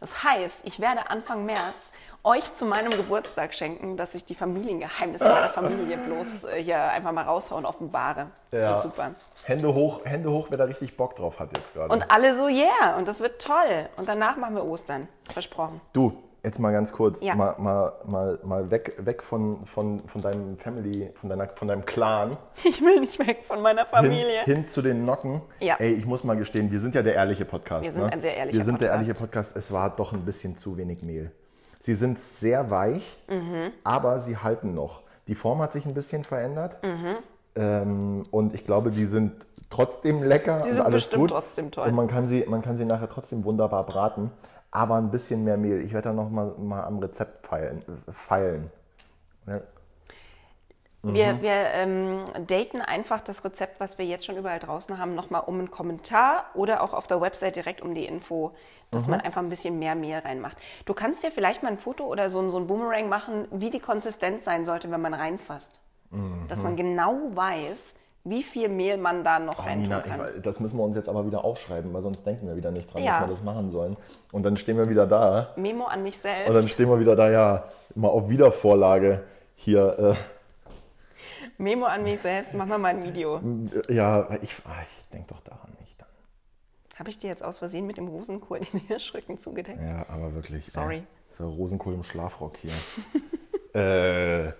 Das heißt, ich werde Anfang März euch zu meinem Geburtstag schenken, dass ich die Familiengeheimnisse meiner Familie bloß äh, hier einfach mal raushaue und offenbare. Das wird super.
Hände hoch, Hände hoch, wer da richtig Bock drauf hat jetzt gerade.
Und alle so, yeah, und das wird toll. Und danach machen wir Ostern. Versprochen.
Du, jetzt mal ganz kurz,
Ja.
mal, mal, mal, mal weg, weg von, von, von deinem Family, von, deiner, von deinem Clan
Ich will nicht weg von meiner
hin,
Familie.
hin zu den Nocken.
Ja.
Ey, ich muss mal gestehen, wir sind ja der ehrliche Podcast.
Wir sind
ne?
ein sehr ehrlicher
Wir sind der
Podcast.
ehrliche Podcast. Es war doch ein bisschen zu wenig Mehl. Sie sind sehr weich, aber sie halten noch. Die Form hat sich ein bisschen verändert. Ähm, und ich glaube, die sind trotzdem lecker. und
sind
alles
bestimmt
gut.
trotzdem toll.
Und man kann, sie, man kann sie nachher trotzdem wunderbar braten. Aber ein bisschen mehr Mehl. Ich werde da noch mal, mal am Rezept feilen. feilen. Ja. mhm.
Wir, wir ähm, daten einfach das Rezept, was wir jetzt schon überall draußen haben, nochmal um einen Kommentar oder auch auf der Website direkt um die Info, dass
Mhm.
man einfach ein bisschen mehr Mehl reinmacht. Du kannst ja vielleicht mal ein Foto oder so, ein- so ein Boomerang machen, wie die Konsistenz sein sollte, wenn man reinfasst. Dass man genau weiß, wie viel Mehl man da noch
Mhm. Oh,
rein
Nina,
tun
ich,
kann.
weiß- das müssen wir uns jetzt aber wieder aufschreiben, weil sonst denken wir wieder nicht dran,
Ja.
dass wir das machen sollen. Und dann stehen wir wieder da
Memo an mich
und dann
selbst.
stehen wir wieder da, ja, mal auf Wiedervorlage hier.
Memo an mich selbst. Mach mal mal ein Video.
Äh, ja, ich, ah, ich denke doch daran nicht. Dann.
Habe ich dir jetzt aus Versehen mit dem Rosenkohl den Hirschrücken zugedeckt?
Ja, aber wirklich. ey.
Sorry.
So Rosenkohl im Schlafrock hier. äh,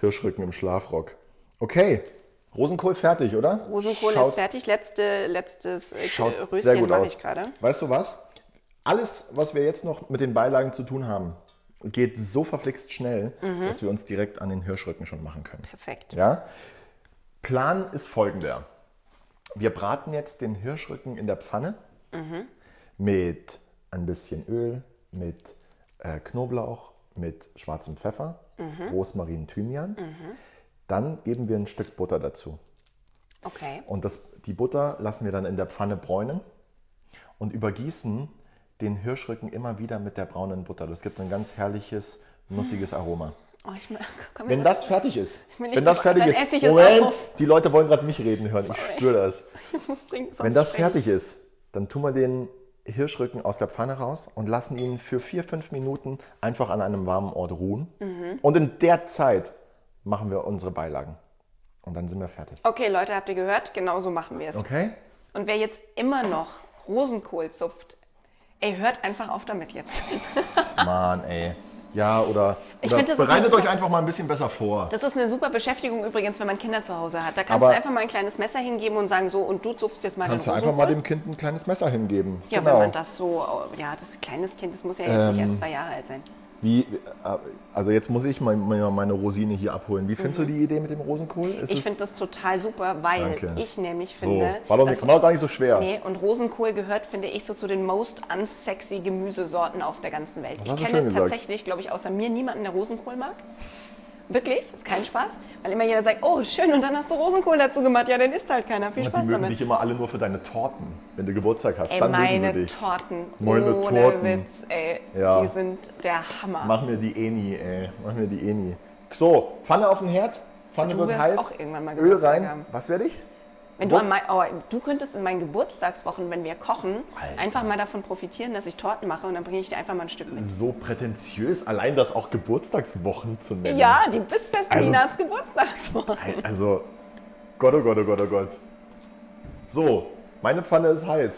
Hirschrücken im Schlafrock. Okay, Rosenkohl fertig, oder?
Rosenkohl
Schaut-
ist fertig. Letzte, letztes äh,
Schaut sehr
Röschen
gut
mache
aus.
ich gerade.
Weißt du was? Alles, was wir jetzt noch mit den Beilagen zu tun haben, geht so verflixt schnell, dass wir uns direkt an den Hirschrücken schon machen können.
Mhm. Perfekt.
Ja? Plan ist folgender. Wir braten jetzt den Hirschrücken in der Pfanne
Mhm.
mit ein bisschen Öl, mit äh, Knoblauch, mit schwarzem Pfeffer,
Mhm.
Rosmarin, Thymian. Dann geben wir ein Stück Butter dazu.
Okay.
Und das, die Butter lassen wir dann in der Pfanne bräunen und übergießen den Hirschrücken immer wieder mit der braunen Butter. Das gibt ein ganz herrliches, nussiges Aroma.
Oh, ich mag, komm,
Wenn das fertig ist,
Wenn ich
wenn das
das-
fertig
dann
ist,
esse ich es
Moment,
auf.
die Leute wollen gerade mich reden hören, ich
Sorry.
spüre das.
Ich muss trinken, sonst
Wenn das
spreche ich.
fertig ist, dann tun wir den Hirschrücken aus der Pfanne raus und lassen ihn für vier, fünf Minuten einfach an einem warmen Ort ruhen.
Mhm.
Und in der Zeit machen wir unsere Beilagen. Und dann sind wir fertig.
Okay, Leute, habt ihr gehört? Genauso machen wir es.
Okay?
Und wer jetzt immer noch Rosenkohl zupft, ey, hört einfach auf damit jetzt.
Mann, ey. Ja, oder,
Ich
oder
find, das ist
bereitet
eine
euch einfach mal ein bisschen besser vor.
Das ist eine super Beschäftigung übrigens, wenn man Kinder zu Hause hat. Da kannst
Aber-
du einfach mal ein kleines Messer hingeben und sagen, so, und du zupfst jetzt mal
Kannst du
den
einfach
Rosenkohl.
mal dem Kind ein kleines Messer hingeben. Genau.
ja, wenn man das so, oh, ja, das ist ein kleines Kind, das muss ja jetzt nicht
Ähm,
erst zwei Jahre alt sein.
Wie, äh, also jetzt muss ich mein- meine, meine Rosine hier abholen. Wie findest du die Idee mit dem Rosenkohl? Ist
Mhm. Ich finde das total super, weil
Danke.
ich nämlich
so.
finde,
war, doch
dass-
nicht, war doch gar nicht so schwer.
Nee, und Rosenkohl gehört, finde ich, so zu den most unsexy Gemüsesorten auf der ganzen Welt.
hast
Ich
du schön
kenne
gesagt.
tatsächlich, glaube ich, außer mir niemanden, der Rosenkohl mag. Wirklich, ist kein Spaß, weil immer jeder sagt, oh, schön, und dann hast du Rosenkohl dazu gemacht. Ja, den isst halt keiner. Viel
Die
Spaß
mögen
damit.
dich immer alle nur für deine Torten, wenn du Geburtstag hast.
Ey,
dann mögen sie
meine
dich.
Torten,
Meine
ohne
Torten.
Witz, ey,
Ja.
die sind der Hammer.
Mach mir die eh nie, ey. Mach mir die eh nie. So, Pfanne auf den Herd. Pfanne
Du
wird
wirst
heiß.
auch irgendwann mal
Öl
Geburtstag
rein.
haben.
Was werde ich?
Wenn du, an mein, oh, du könntest in meinen Geburtstagswochen, wenn wir kochen,
Alter.
einfach mal davon profitieren, dass ich Torten mache und dann bringe ich dir einfach mal ein Stück mit.
So prätentiös, allein das auch Geburtstagswochen zu nennen.
Ja, die Bissfesten
Äh, Also-
Ninas Geburtstagswochen.
Also, Gott, oh Gott, oh Gott, oh Gott. So, meine Pfanne ist heiß.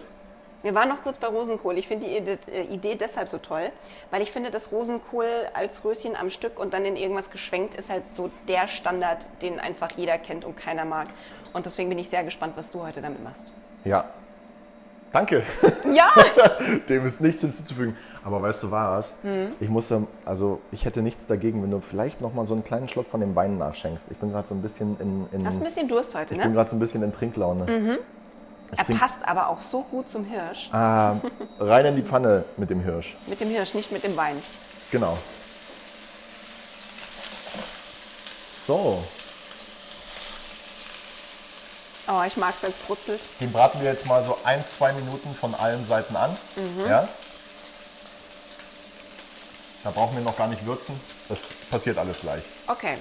Wir waren noch kurz bei Rosenkohl. Ich finde die Ide- äh, Idee deshalb so toll, weil ich finde, dass Rosenkohl als Röschen am Stück und dann in irgendwas geschwenkt ist halt so der Standard, den einfach jeder kennt und keiner mag. Und deswegen bin ich sehr gespannt, was du heute damit machst.
Ja. Danke.
Ja!
Dem ist nichts hinzuzufügen. Aber weißt du was?
Hm?
Ich musste, also ich hätte nichts dagegen, wenn du vielleicht noch mal so einen kleinen Schluck von dem Wein nachschenkst. Ich bin gerade so ein bisschen in, in
Hast ein bisschen Durst heute,
ich bin
ne? Mhm.
gerade so ein bisschen in Trinklaune.
Er
trink-
passt aber auch so gut zum Hirsch.
Ah, rein in die Pfanne mit dem Hirsch.
Mit dem Hirsch, nicht mit dem Wein.
Genau. So,
Oh, ich mag's, wenn's brutzelt.
den braten wir jetzt mal so ein, zwei Minuten von allen Seiten an. Ja? Da brauchen wir noch gar nicht würzen. Das passiert alles gleich.
Okay.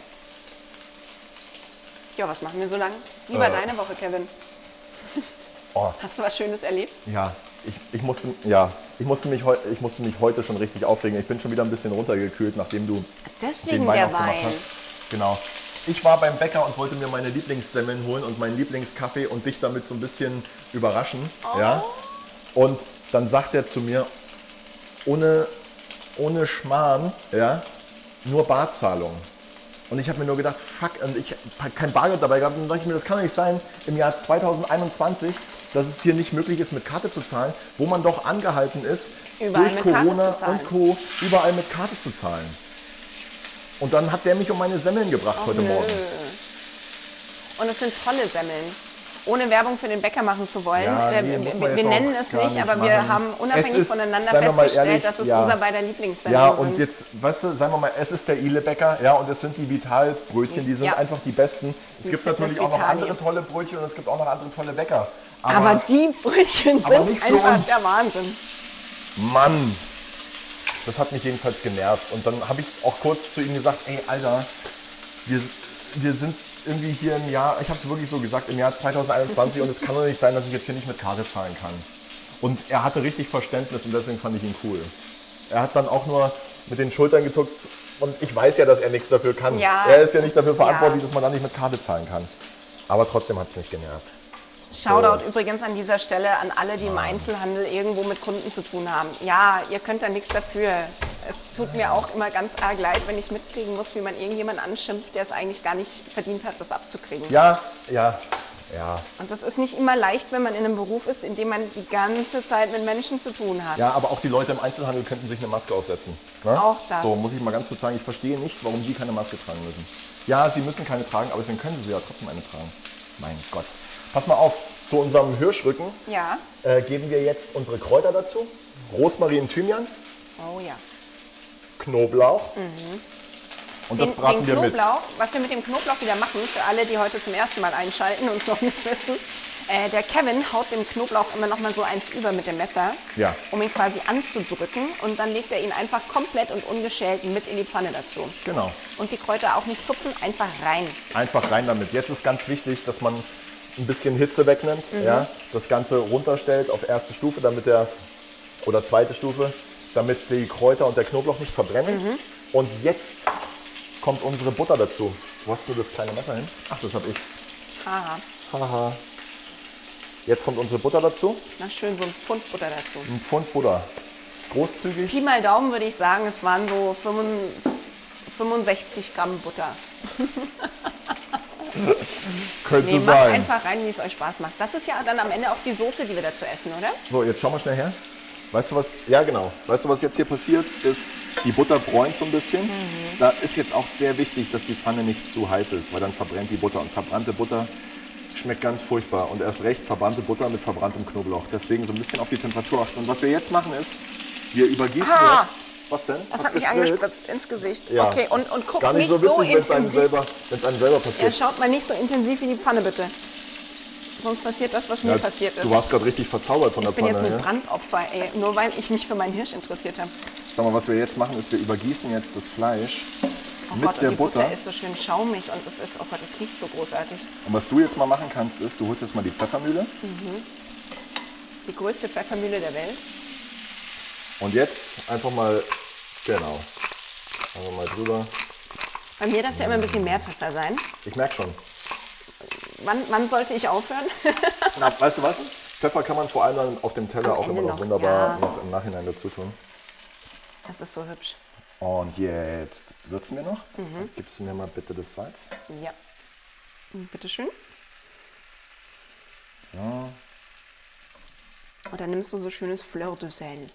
Ja, was machen wir so lange? Wie war
Äh.
deine Woche, Kevin?
Oh,
Hast du was Schönes erlebt?
ja. Ich, ich, musste, ja ich, musste mich heu, ich musste mich heute schon richtig aufregen. Ich bin schon wieder ein bisschen runtergekühlt, nachdem du
Deswegen
den Wein
der
aufgemacht
Wein.
hast. Genau. Ich war beim Bäcker und wollte mir meine Lieblingssemmeln holen und meinen Lieblingskaffee und dich damit so ein bisschen überraschen.
Oh.
Ja? Und dann sagt er zu mir, ohne, ohne Schmarrn, ja, nur Barzahlung. Und ich habe mir nur gedacht, fuck, und ich habe kein Bargeld dabei gehabt. Und dann dachte ich mir, das kann doch nicht sein, im Jahr 2021, dass es hier nicht möglich ist, mit Karte zu zahlen, wo man doch angehalten ist,
Überall
durch
mit Karte
Corona
zu zahlen.
und Co. überall mit Karte zu zahlen. Und dann hat der mich um meine Semmeln gebracht heute
nö.
Morgen.
Und es sind tolle Semmeln. Ohne Werbung für den Bäcker machen zu wollen.
Ja,
äh,
nee,
wir
muss man
wir
jetzt
nennen
auch
es
gar
nicht,
nicht
aber wir
machen.
haben unabhängig
Es ist,
voneinander
seien wir mal
festgestellt,
ehrlich,
dass es
ja.
unser beider Lieblingssemmeln
Ja,
sind.
und jetzt, weißt du, sagen wir mal, es ist der Ile-Bäcker, ja, und es sind die Vital-Brötchen, die sind
Ja.
einfach die besten. Es gibt
Fitness
natürlich auch noch
Vitali.
andere tolle Brötchen und es gibt auch noch andere tolle Bäcker.
aber, die Brötchen
aber
sind
nicht für
einfach
uns.
der Wahnsinn.
Mann, das hat mich jedenfalls genervt. Und dann habe ich auch kurz zu ihm gesagt, ey, Alter, wir, wir sind irgendwie hier im Jahr, ich habe es wirklich so gesagt, im Jahr 2021 und es kann doch nicht sein, dass ich jetzt hier nicht mit Karte zahlen kann. Und er hatte richtig Verständnis und deswegen fand ich ihn cool. Er hat dann auch nur mit den Schultern gezuckt und ich weiß ja, dass er nichts dafür kann.
Ja.
Er ist ja nicht dafür verantwortlich,
Ja.
dass man da nicht mit Karte zahlen kann. Aber trotzdem hat es mich genervt.
Shoutout übrigens an dieser Stelle an alle, die im Einzelhandel irgendwo mit Kunden zu tun haben. Ja, ihr könnt da nichts dafür. Es tut mir auch immer ganz arg leid, wenn ich mitkriegen muss, wie man irgendjemanden anschimpft, der es eigentlich gar nicht verdient hat, das abzukriegen.
Ja, ja, ja.
Und das ist nicht immer leicht, wenn man in einem Beruf ist, in dem man die ganze Zeit mit Menschen zu tun hat.
Ja, aber auch die Leute im Einzelhandel könnten sich eine Maske aufsetzen. Ne?
Auch das.
So, muss ich mal ganz kurz sagen, ich verstehe nicht, warum die keine Maske tragen müssen. Ja, sie müssen keine tragen, aber deswegen können sie ja trotzdem eine tragen. Mein Gott. Pass mal auf, zu unserem Hirschrücken
Ja.
äh, geben wir jetzt unsere Kräuter dazu. Rosmarin, Thymian,
Oh ja.
Knoblauch. Und das
Mhm. den,
braten
den
wir mit.
Knoblauch, was wir mit dem Knoblauch wieder machen, für alle, die heute zum ersten Mal einschalten und es noch nicht wissen, äh, der Kevin haut dem Knoblauch immer noch mal so eins über mit dem Messer,
Ja.
um ihn quasi anzudrücken und dann legt er ihn einfach komplett und ungeschält mit in die Pfanne dazu.
Genau.
Und die Kräuter auch nicht zupfen, einfach rein.
Einfach rein damit. Jetzt ist ganz wichtig, dass man ein bisschen Hitze wegnimmt.
Mhm.
Ja? Das Ganze runterstellt auf erste Stufe, damit der oder zweite Stufe, damit die Kräuter und der Knoblauch nicht verbrennen.
Mhm.
Und jetzt kommt unsere Butter dazu. Wo hast du das kleine Messer hin? Ach, das habe ich.
Haha,
Haha. Jetzt kommt unsere Butter dazu.
na schön so ein Pfund Butter dazu.
Ein Pfund Butter. Großzügig.
Pi mal Daumen würde ich sagen, es waren so 55 65 Gramm Butter.
Könnte
Nee, macht
sein.
einfach rein, wie es euch Spaß macht. Das ist ja dann am Ende auch die Soße, die wir dazu essen, oder?
So, jetzt schau mal schnell her. Weißt du was? Ja, genau. Weißt du, was jetzt hier passiert? Ist, die Butter bräunt so ein bisschen.
Mhm.
Da ist jetzt auch sehr wichtig, dass die Pfanne nicht zu heiß ist, weil dann verbrennt die Butter. Und verbrannte Butter schmeckt ganz furchtbar. Und erst recht verbrannte Butter mit verbranntem Knoblauch. Deswegen so ein bisschen auf die Temperatur achten. Und was wir jetzt machen ist, wir übergießen
Ah!
jetzt. Was denn?
Das
Hat's
hat mich
gespritzt?
angespritzt ins Gesicht.
Ja.
Okay, und, und guckt
Gar nicht, so witzig, wenn es einem
intensiv.
selber, wenn's einem selber
Ja,
passiert.
schaut mal nicht so intensiv in die Pfanne, bitte. Sonst passiert das, was mir
Ja,
passiert ist.
du warst gerade richtig verzaubert von der
ich bin jetzt
Pfanne.
ein
ja?
Brandopfer, ey. Nur weil ich mich für meinen Hirsch interessiert habe.
Sag mal, was wir jetzt machen, ist, wir übergießen jetzt das Fleisch
Oh
mit
Gott,
der
und die
Butter.
Butter ist so schön schaumig und es ist, oh Gott, es riecht so großartig.
Und was du jetzt mal machen kannst, ist, du holst jetzt mal die Pfeffermühle
Die größte Pfeffermühle der Welt.
und jetzt einfach mal, genau, einfach mal drüber.
Bei mir darf ja immer ein bisschen mehr Pfeffer sein.
Ich merke schon.
Wann, wann sollte ich aufhören?
Na, weißt du was? Pfeffer kann man vor allem dann auf dem Teller
Genau. Am
auch immer
Ende
noch
noch,
wunderbar
ja.
noch im Nachhinein dazu tun.
Das ist so hübsch.
Und jetzt würzen wir noch.
Mhm.
Gibst du mir mal bitte das Salz?
Ja. Hm, Bitteschön.
Ja,
Und Oh, dann nimmst du so schönes Fleur de Sel.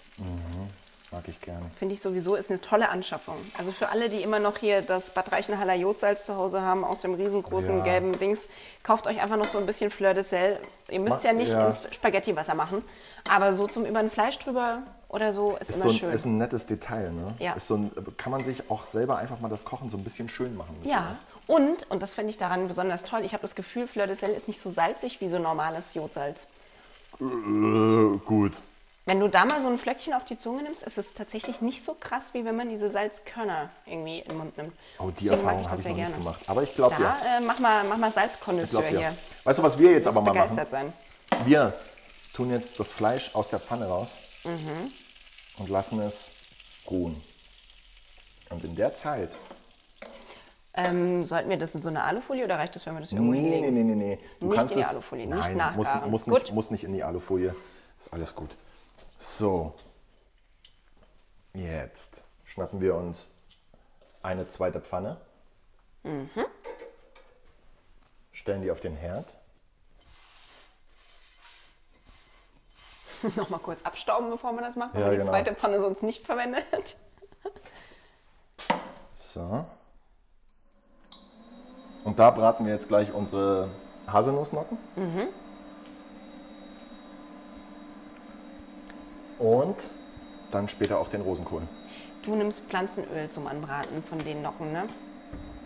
mag ich gerne.
Finde ich sowieso ist eine tolle Anschaffung. Also für alle, die immer noch hier das Bad Reichenhaller Jodsalz zu Hause haben, aus dem riesengroßen
Ja.
gelben Dings, kauft euch einfach noch so ein bisschen Fleur de Sel. Ihr müsst
Mach-
ja nicht
ja.
ins Spaghettiwasser machen, aber so zum über ein Fleisch drüber oder so ist,
Ist,
immer
so ein,
schön.
ist ein nettes Detail, ne?
Ja.
Ist so ein, kann man sich auch selber einfach mal das Kochen so ein bisschen schön machen. mit
ja,
sowas.
und, und das finde ich daran besonders toll, ich habe das Gefühl, Fleur de Sel ist nicht so salzig wie so normales Jodsalz.
Äh, gut.
Wenn du da mal so ein Flöckchen auf die Zunge nimmst, ist es tatsächlich nicht so krass, wie wenn man diese Salzkörner irgendwie im Mund nimmt.
Oh, die
Deswegen mag
Erfahrung
ich
habe
das
ich
sehr
noch
gerne.
nicht gemacht. Aber ich glaube dir.
Da äh, mach mal, mach mal Salzkondenseur
Ich glaub, ja.
hier.
Weißt du, was wir jetzt
Muss
aber mal machen?
begeistert sein.
Wir tun jetzt das Fleisch aus der Pfanne raus
Mhm.
und lassen es ruhen. Und in der Zeit.
Ähm, sollten wir das in so eine Alufolie oder reicht das, wenn wir das irgendwo
Nee, nee,
hinlegen?
nee, nee, nee.
Nicht in die Alufolie, nicht
nein, muss,
nachgaren.
muss,
Gut.
nicht, muss nicht in die Alufolie. Ist alles gut. So. Jetzt schnappen wir uns eine zweite Pfanne.
Mhm.
Stellen die auf den Herd.
Nochmal kurz abstauben, bevor man das macht, wenn
Ja,
man die
genau.
zweite Pfanne sonst nicht verwendet.
So. Und da braten wir jetzt gleich unsere Mhm. Haselnussnocken. Und dann später auch den Rosenkohl.
Du nimmst Pflanzenöl zum Anbraten von den Nocken, ne?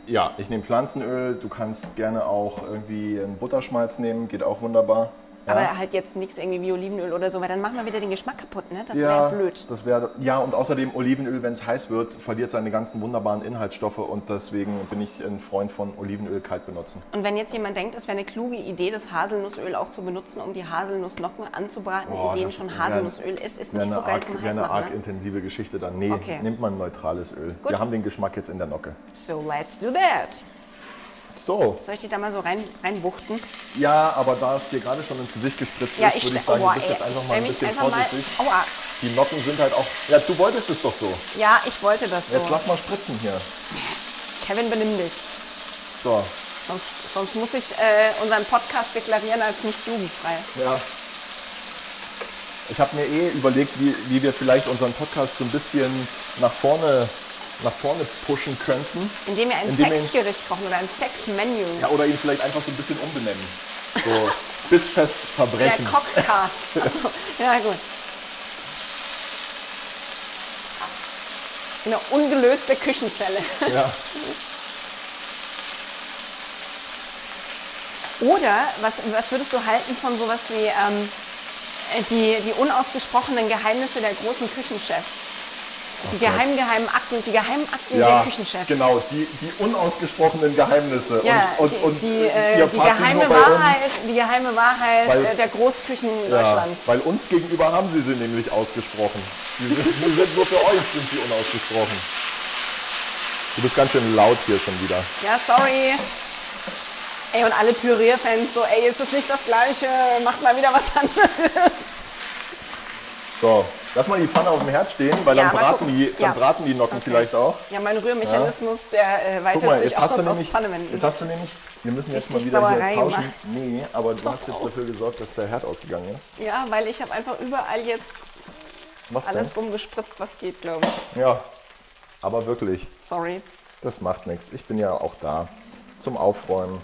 Ja, ich nehme Pflanzenöl. Du kannst gerne auch irgendwie einen Butterschmalz nehmen, geht auch wunderbar.
Aber halt jetzt nichts irgendwie wie Olivenöl oder so, weil dann machen wir wieder den Geschmack kaputt, ne? Das wäre blöd.
Das wäre, ja, und außerdem Olivenöl, wenn es heiß wird, verliert seine ganzen wunderbaren Inhaltsstoffe und deswegen bin ich ein Freund von Olivenöl kalt benutzen.
Und wenn jetzt jemand denkt, es wäre eine kluge Idee, das Haselnussöl auch zu benutzen, um die Haselnusslocken anzubraten,
Boah,
in denen
das
schon
wär-
Haselnussöl ist, ist
Wäre
nicht so
eine,
geil zum
arg, wär eine arg
Heißmachen. Ne?
intensive Geschichte dann. Nee,
Okay.
nimmt man neutrales Öl.
Gut.
Wir haben den Geschmack jetzt in der Nocke.
So, let's do that.
So,
Soll ich die da mal so rein, reinwuchten?
ja, aber da es dir gerade schon ins Gesicht gespritzt
Ja,
ist,
ich
würde
stell,
ich sagen,
oh,
du bist
ey,
jetzt einfach
ich stell
mal ein
mich
bisschen
einfach mal.
vorsichtig.
Aua,
Die Nocken sind halt auch. Ja, du wolltest es doch so.
ja, ich wollte das so.
Jetzt lass mal spritzen hier.
Kevin, benimm dich.
So,
Sonst, sonst muss ich äh, unseren Podcast deklarieren als nicht jugendfrei.
ja. Ich habe mir eh überlegt, wie, wie wir vielleicht unseren Podcast so ein bisschen nach vorne, nach vorne pushen könnten.
Indem wir ein
Indem wir ihn-
Sexgericht kochen oder ein Sexmenü.
Ja, oder ihn vielleicht einfach so ein bisschen umbenennen. So, bissfest
Der
verbrechen.
Cockcast. Achso, ja gut. Eine ungelöste Küchenfälle.
Ja.
Oder was, was würdest du halten von sowas wie ähm, die, die unausgesprochenen Geheimnisse der großen Küchenchefs? Die geheimen, geheimen Akten, die geheimen Akten der Küchenchefs.
Oh Genau, die, die unausgesprochenen Geheimnisse.
Ja,
und,
die,
und, und
die, äh,
ihr
die,
Part sind
geheime
nur bei uns.
Wahrheit, die geheime Wahrheit
Weil-
äh, der Großküchen
Ja,
Deutschlands.
weil uns gegenüber haben sie sie nämlich ausgesprochen. Die sind, die sind nur für euch sind sie unausgesprochen. Du bist ganz schön laut hier schon wieder.
Ja, sorry. Ey, und alle Pürier-Fans so, ey, ist es nicht das Gleiche? Macht mal wieder was anderes.
So, lass mal die Pfanne auf dem Herd stehen, weil
Ja,
dann,
mal
braten
gucken.
die, dann
Ja.
braten die Nocken vielleicht auch.
Ja, mein Rührmechanismus, der äh, weitert
Guck mal,
sich
jetzt
auch
hast, du
aus
nämlich,
Pfannewänden.
jetzt hast du nämlich, wir müssen jetzt mal
Richtig
wieder hier
Sauerei oh.
tauschen.
gemacht.
Nee, aber du hast jetzt dafür gesorgt, dass der Herd ausgegangen ist.
ja, weil ich habe einfach überall jetzt
Was
alles rumgespritzt, was geht, glaube ich.
denn? Ja, aber wirklich,
Sorry.
das macht nichts. Ich bin ja auch da zum Aufräumen. und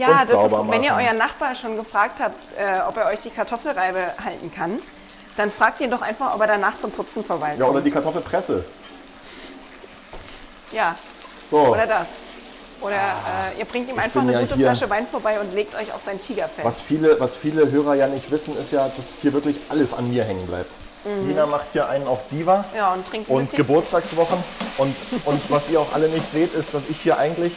Ja, das ist
sauber
gut. Wenn ihr
machen.
euren Nachbar schon gefragt habt, äh, ob er euch die Kartoffelreibe halten kann, dann fragt ihn doch einfach, ob er danach zum Putzen
Ja,
vorbeikommt.
oder die Kartoffelpresse.
Ja,
So. Ah.
oder das. Oder äh, ihr bringt ihm einfach
bin
eine
ja
gute
hier.
Flasche Wein vorbei und legt euch auf sein Tigerfell.
Was viele, was viele Hörer ja nicht wissen, ist ja, dass hier wirklich alles an mir hängen bleibt. Nina macht hier einen auf Diva
Ja, und trinkt Mhm. ein
und
bisschen.
Geburtstagswochen. Und, und was ihr auch alle nicht seht, ist, dass ich hier eigentlich,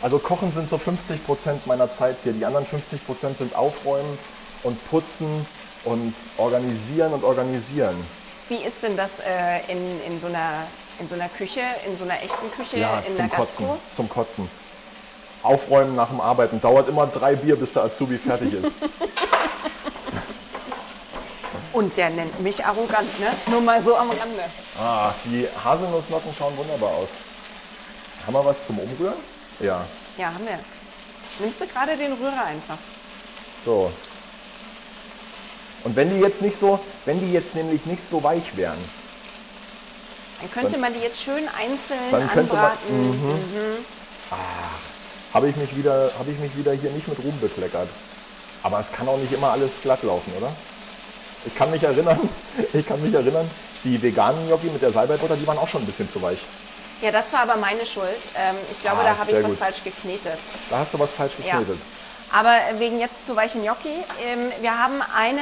also Kochen sind so 50 Prozent meiner Zeit hier. Die anderen 50 Prozent sind Aufräumen und Putzen und Organisieren und Organisieren.
Wie ist denn das äh, in, in, so einer, in so einer Küche, in so einer echten Küche, in der
zum Kotzen,
Gastro?
zum Kotzen. Aufräumen nach dem Arbeiten. Dauert immer drei Bier, bis der Azubi fertig ist.
Und der nennt mich arrogant, ne? Nur mal so am Rande.
Ah, die Haselnussnocken schauen wunderbar aus. Haben wir was zum Umrühren? Ja.
Ja, haben wir. Nimmst du gerade den Rührer einfach?
So. Und wenn die jetzt nicht so, wenn die jetzt nämlich nicht so weich wären,
Dann könnte man die jetzt schön einzeln
Dann könnte man- Mhm.
anbraten.
habe ich mich wieder, habe ich mich wieder hier nicht mit Ruhm bekleckert. Aber es kann auch nicht immer alles glatt laufen, oder? Ich kann mich erinnern, ich kann mich erinnern, die veganen Gnocchi mit der Salbeibutter, die waren auch schon ein bisschen zu weich.
Ja, das war aber meine Schuld. Ähm, ich glaube,
Ah,
da habe ich
sehr
was
gut.
falsch geknetet.
Da hast du was falsch
Ja.
geknetet.
Aber wegen jetzt zu weichen Gnocchi, ähm, wir haben eine,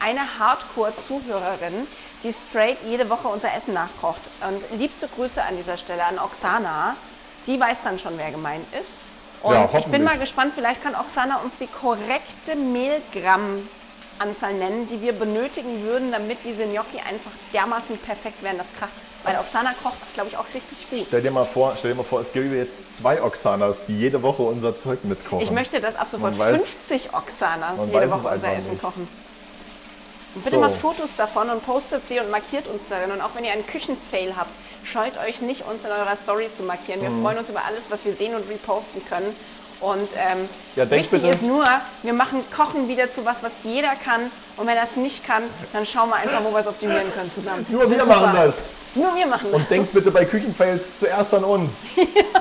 eine Hardcore-Zuhörerin, die straight jede Woche unser Essen nachkocht. Und liebste Grüße an dieser Stelle an Oksana. Die weiß dann schon, wer gemeint ist. Und
Ja,
ich bin
hoffentlich.
mal gespannt, vielleicht kann Oksana uns die korrekte Mehlgramm-Anzahl nennen, die wir benötigen würden, damit diese Gnocchi einfach dermaßen perfekt werden, das kracht. Weil Oksana kocht, glaube ich, auch richtig gut.
Stell dir mal vor, stell dir mal vor, es gäbe jetzt zwei Oxanas, die jede Woche unser Zeug mitkochen.
Ich möchte, dass ab sofort
Man weiß-
50 Oxanas
man weiß
jede
es
Woche unser
einfach
Essen
nicht.
kochen. Und bitte
So.
macht Fotos davon und postet sie und markiert uns darin. Und auch wenn ihr einen Küchenfail habt, scheut euch nicht, uns in eurer Story zu markieren. Wir
Mhm.
freuen uns über alles, was wir sehen und reposten können. Und ähm,
Ja, denkt
wichtig
bitte-
ist nur, wir machen Kochen wieder zu was, was jeder kann. Und wenn er es nicht kann, dann schauen wir einfach, wo wir es optimieren können zusammen.
Nur wir
Super.
machen das.
Nur wir machen
Und denkt bitte bei Küchenfails zuerst an uns. Ja,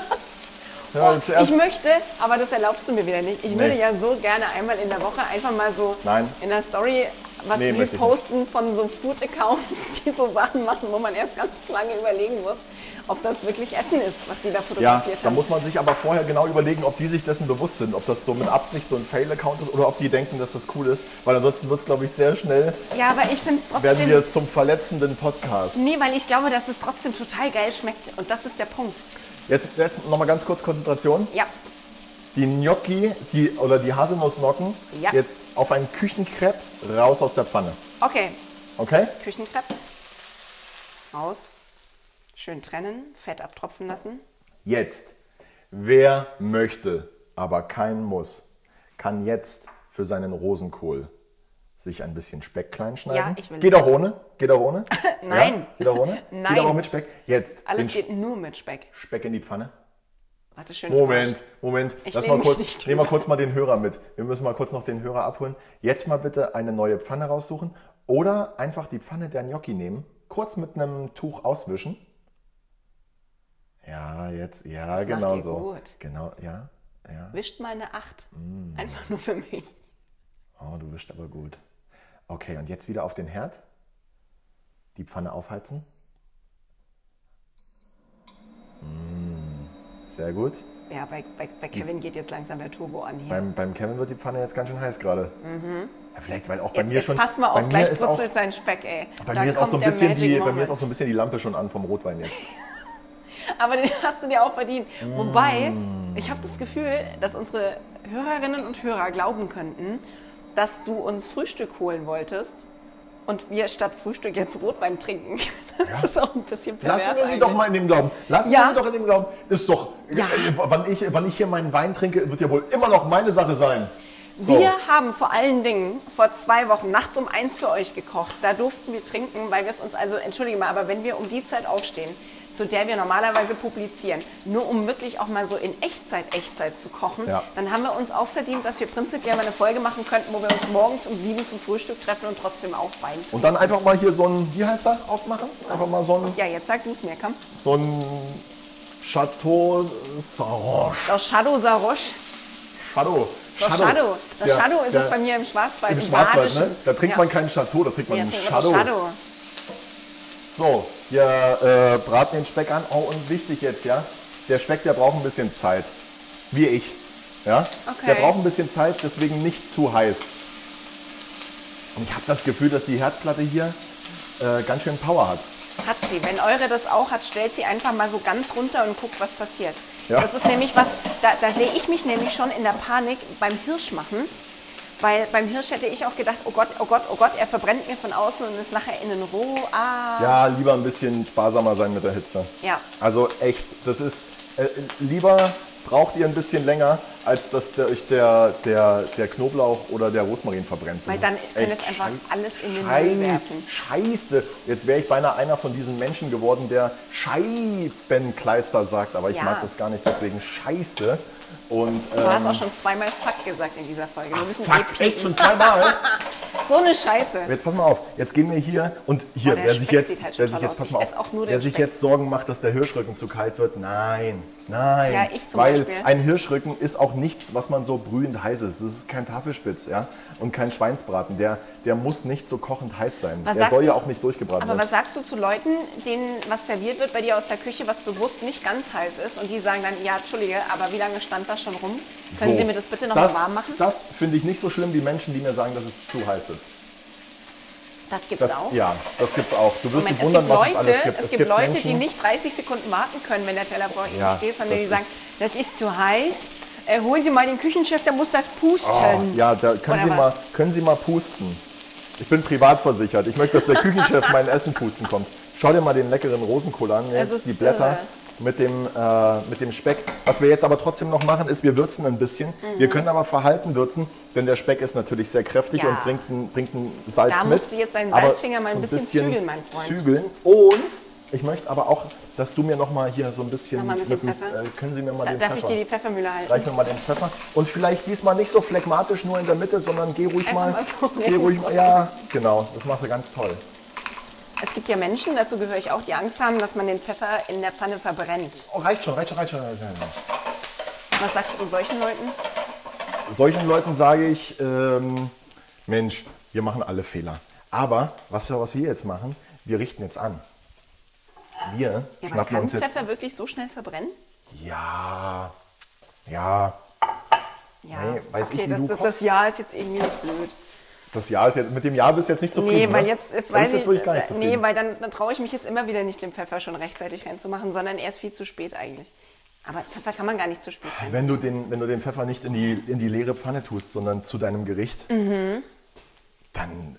Oh, Ich
zuerst.
möchte, aber das erlaubst du mir wieder nicht. Ich würde ja so gerne einmal in der Woche einfach mal so
Nein.
in der Story was
Nee,
wir
möchte ich
posten von so Food-Accounts, die so Sachen machen, wo man erst ganz lange überlegen muss, ob das wirklich Essen ist, was sie da
Ja,
fotografiert
da
haben.
muss man sich aber vorher genau überlegen, ob die sich dessen bewusst sind, ob das so mit Absicht so ein Fail-Account ist oder ob die denken, dass das cool ist, weil ansonsten wird es, glaube ich, sehr schnell,
Ja, aber ich finde es
werden
trotzdem.
wir zum verletzenden Podcast.
nee, weil ich glaube, dass es trotzdem total geil schmeckt. Und das ist der Punkt.
Jetzt, jetzt nochmal ganz kurz Konzentration.
Ja,
Die Gnocchi die, oder die Haselnussnocken
Ja.
jetzt auf einen Küchenkrepp raus aus der Pfanne.
okay.
Okay?
Küchenkrepp. Aus. Schön trennen, Fett abtropfen lassen.
Jetzt. Wer möchte, aber kein muss, kann jetzt für seinen Rosenkohl sich ein bisschen Speck klein schneiden.
Ja, ich will-
geht auch ohne? Geht auch ohne?
Nein.
Ja? Geht auch ohne?
Nein.
Geht auch mit Speck? Jetzt. den
Alles geht nur mit Speck.
Speck in die Pfanne.
Warte, schönes
Moment, Moment.
Ich
Lass
lehn
mal
mich
kurz,
nicht
nehmen wir
drüber.
kurz mal den Hörer mit. Wir müssen mal kurz noch den Hörer abholen. Jetzt mal bitte eine neue Pfanne raussuchen oder einfach die Pfanne der Gnocchi nehmen, kurz mit einem Tuch auswischen. Ja, jetzt, ja,
Das macht
genau
ihr
so.
gut.
Genau, ja, ja.
Wischt mal eine 8.
Mm.
Einfach nur für mich.
Oh, du wischst aber gut. Okay, und jetzt wieder auf den Herd. Die Pfanne aufheizen. Mm, Sehr gut.
Ja, bei, bei, bei Kevin geht jetzt langsam der Turbo an hier.
Beim, beim Kevin wird die Pfanne jetzt ganz schön heiß gerade. Ja, vielleicht, weil auch bei
Mhm. Jetzt,
mir
jetzt
schon.
passt mal
bei
auf,
mir
gleich
ist auch,
brutzelt sein Speck, ey.
bei
Da
mir ist auch so ein
kommt der
bisschen
Magic
die, bei mir
Moment.
ist auch so ein bisschen die Lampe schon an vom Rotwein jetzt.
Aber den hast du dir auch verdient. Wobei,
Mm.
ich habe das Gefühl, dass unsere Hörerinnen und Hörer glauben könnten, dass du uns Frühstück holen wolltest und wir statt Frühstück jetzt Rotwein trinken. Das ist auch ein bisschen pervers.
Lassen wir sie
eigentlich.
doch mal in dem Glauben. Lassen
Ja.
wir sie doch in dem Glauben. Ist doch.
Ja.
Äh, Wann, ich, wann ich hier meinen Wein trinke, wird ja wohl immer noch meine Sache sein. So.
Wir haben vor allen Dingen vor zwei Wochen nachts um eins für euch gekocht. Da durften wir trinken, weil wir es uns, also entschuldige mal, aber wenn wir um die Zeit aufstehen, zu der wir normalerweise publizieren, nur um wirklich auch mal so in Echtzeit, Echtzeit zu kochen,
Ja.
dann haben wir uns auch verdient, dass wir prinzipiell mal eine Folge machen könnten, wo wir uns morgens um sieben zum Frühstück treffen und trotzdem auch Wein trinken.
Und dann einfach mal hier so ein, wie heißt das, aufmachen? Einfach mal so ein,
Ja, jetzt sag du es mir, komm.
so ein Chateau Sarange.
Das Shadow Saroche,
Shadow.
das Shadow, das
Ja,
Shadow ist
ja.
es bei mir im Schwarzwald,
Im Schwarzwald,
Badischen.
ne? Da trinkt
Ja.
man kein Chateau, da trinkt man
Ja,
einen
das
Shadow.
Shadow.
So, wir äh, braten den Speck an. Oh, und wichtig jetzt, ja? Der Speck, der braucht ein bisschen Zeit. Wie ich. Ja?
Okay.
Der braucht ein bisschen Zeit, deswegen nicht zu heiß. Und ich habe das Gefühl, dass die Herdplatte hier äh, ganz schön Power hat.
Hat sie. Wenn eure das auch hat, stellt sie einfach mal so ganz runter und guckt, was passiert.
Ja.
Das ist nämlich was, da, da sehe ich mich nämlich schon in der Panik beim Hirsch machen. Weil beim Hirsch hätte ich auch gedacht, oh Gott, oh Gott, oh Gott, er verbrennt mir von außen und ist nachher innen roh. Ah.
Ja, lieber ein bisschen sparsamer sein mit der Hitze.
Ja.
Also echt, das ist, äh, lieber braucht ihr ein bisschen länger, als dass der, euch der, der, der Knoblauch oder der Rosmarin verbrennt. Das
Weil dann
ist
könnt ihr
echt
es einfach
schei-
alles in den
schei-
Müll werfen.
Scheiße. Jetzt wäre ich beinahe einer von diesen Menschen geworden, der Scheibenkleister sagt, aber ich
Ja.
mag das gar nicht, deswegen Scheiße. Und
Du
ähm,
hast auch schon zweimal Fuck gesagt in dieser Folge. Wir müssen eh
fuck,
piepen.
echt schon zweimal.
So eine Scheiße.
Jetzt pass mal auf, jetzt gehen wir hier und hier,
Oh, der
wer sich
Speck
jetzt,
sieht halt schon
wer sich
toll
jetzt,
aus.
pass
Ich
mal
esse
auf,
auch nur
wer
den
sich
Speck.
jetzt Sorgen macht, dass der Hirschrücken zu kalt wird, nein, nein.
Ja, ich zum
Weil
Beispiel.
ein Hirschrücken ist auch nichts, was man so brühend heiß ist. Das ist kein Tafelspitz, ja, und kein Schweinsbraten. Der, der muss nicht so kochend heiß sein.
Was
der
sagst
soll ja
du?
auch nicht durchgebraten
Aber
werden.
was sagst du zu Leuten, denen was serviert wird bei dir aus der Küche, was bewusst nicht ganz heiß ist und die sagen dann, ja, entschuldige, aber wie lange stand das schon rum? Können
So,
Sie mir das bitte nochmal warm machen?
Das finde ich nicht so schlimm, die Menschen, die mir sagen, dass es zu heiß ist.
Das gibt's
Das,
auch.
ja, das gibt's auch. Du wirst
Genau. Moment, es gibt
dich wundern, was
Leute,
es alles gibt.
Es gibt Leute,
Menschen,
die nicht 30 Sekunden warten können, wenn der Tellerbrauch
Ja,
nicht steht, sondern
das
die sagen,
ist-
das ist zu heiß. Äh, holen Sie mal den Küchenchef, der muss das pusten.
Oh, ja, da können
Oder
Sie,
was?
mal, können Sie mal pusten. Ich bin privat versichert. Ich möchte, dass der Küchenchef mein Essen pusten kommt. Schau dir mal den leckeren Rosenkohl an,
Es
jetzt
ist
die Blätter
irre.
mit dem, äh, mit dem Speck. Was wir jetzt aber trotzdem noch machen, ist, wir würzen ein bisschen. Wir können aber verhalten würzen, denn der Speck ist natürlich sehr kräftig
Mhm. Ja.
und bringt ein, bringt ein Salz
Da
mit.
musst du jetzt deinen
Aber
Salzfinger mal ein bisschen zügeln, mein Freund.
Zügeln. Und ich möchte aber auch, dass du mir nochmal hier so ein bisschen...
Noch mal ein bisschen
mit dem-
Pfeffer.
Äh, können Sie mir mal
Da,
den
darf
Pfeffer...
ich dir die Pfeffermühle halten?
Reich mir mal den Pfeffer. Und vielleicht diesmal nicht so phlegmatisch nur in der Mitte, sondern geh ruhig
Einfach
mal.
mal so
geh ruhig mal. Ja, genau. Das machst du ganz toll.
Es gibt ja Menschen, dazu gehöre ich auch, die Angst haben, dass man den Pfeffer in der Pfanne verbrennt.
Oh, reicht schon, reicht schon, reicht schon. Reicht schon.
Was sagst du solchen Leuten?
Solchen Leuten sage ich, ähm, Mensch, Wir machen alle Fehler. Aber was, wir- was wir jetzt machen, wir richten jetzt an. Wir
Aber
schnappen
kann
uns jetzt.
Pfeffer wirklich so schnell verbrennen?
Ja, ja.
Ja,
Nee, weiß ich,
okay,
wie
das,
du
das, das
kochst.
Jahr ist jetzt irgendwie blöd.
Das Jahr ist jetzt mit dem Jahr bist du jetzt nicht zufrieden.
Nee, weil
ne?
jetzt, jetzt
Da
weiß
bist
ich.
du jetzt wirklich gar nicht
äh,
zufrieden.
nee, weil dann, dann traue ich mich jetzt immer wieder nicht, den Pfeffer schon rechtzeitig reinzumachen, sondern erst viel zu spät eigentlich. Aber Pfeffer kann man gar nicht zu spät rein.
Wenn du den, wenn du den Pfeffer nicht in die, in die leere Pfanne tust, sondern zu deinem Gericht, dann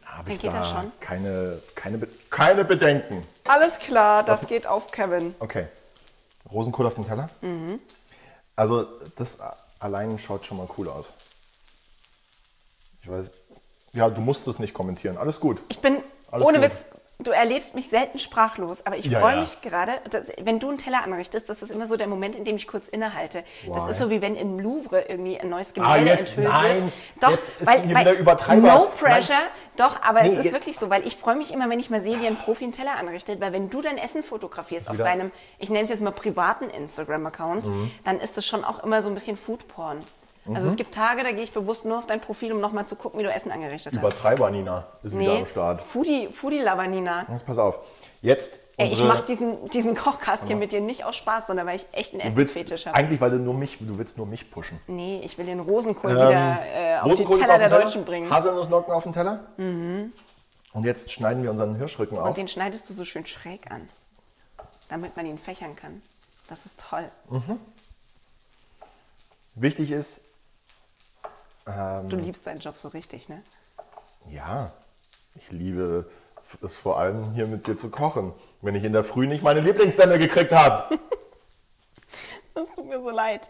habe ich
geht das
da
schon.
keine, keine, Be- keine Bedenken.
Alles klar, das geht auf Kevin.
Okay. Rosenkohl auf den Teller. Also das a- allein schaut schon mal cool aus. Ich weiß. Ja, du musst es nicht kommentieren. Alles gut.
Ich bin,
Alles
ohne
gut.
Witz, du erlebst mich selten sprachlos, aber ich
Ja,
freue
ja.
mich gerade, dass, wenn du einen Teller anrichtest, das ist immer so der Moment, in dem ich kurz innehalte. Das
Why?
ist so, wie wenn im Louvre irgendwie ein neues Gemälde
Ah, jetzt,
enthüllt wird.
nein,
Doch,
jetzt ist
weil,
hier
weil,
wieder Übertreiber.
No
Nein.
pressure, doch, aber
Nee,
es ist
jetzt-
wirklich so, weil ich freue mich immer, wenn ich mal sehe, wie ein Profi einen Teller anrichtet, weil wenn du dein Essen fotografierst auf
Wieder- Mhm.
deinem, ich nenne es jetzt mal privaten Instagram-Account, dann ist das schon auch immer so ein bisschen Foodporn. Also es gibt Tage, da gehe ich bewusst nur auf dein Profil, um nochmal zu gucken, wie du Essen angerichtet hast.
Übertreiber, Nina, ist wieder am Start.
Foodie, Foodie Lavanina.
Jetzt pass auf. Jetzt.
Ey, ich
unsere- Genau.
mache diesen, diesen Kochkast hier mit dir nicht aus Spaß, sondern weil ich echt einen
du willst,
Essensfetisch habe.
Eigentlich, weil du nur mich, du willst nur mich pushen.
Nee, ich will den Rosenkohl wieder äh, auf
Ähm, Rosenkohl
die Teller
ist
der
den Teller,
Deutschen bringen. Mhm.
Haselnusslocken auf den Teller. Und jetzt schneiden wir unseren Hirschrücken auf.
Und den schneidest du so schön schräg an, damit man ihn fächern kann. Das ist toll.
Wichtig ist, ähm,
Du
Mhm.
liebst deinen Job so richtig, ne?
ja, ich liebe es vor allem hier mit dir zu kochen, wenn ich in der Früh nicht meine Lieblingssemmel gekriegt habe.
Das tut mir so leid.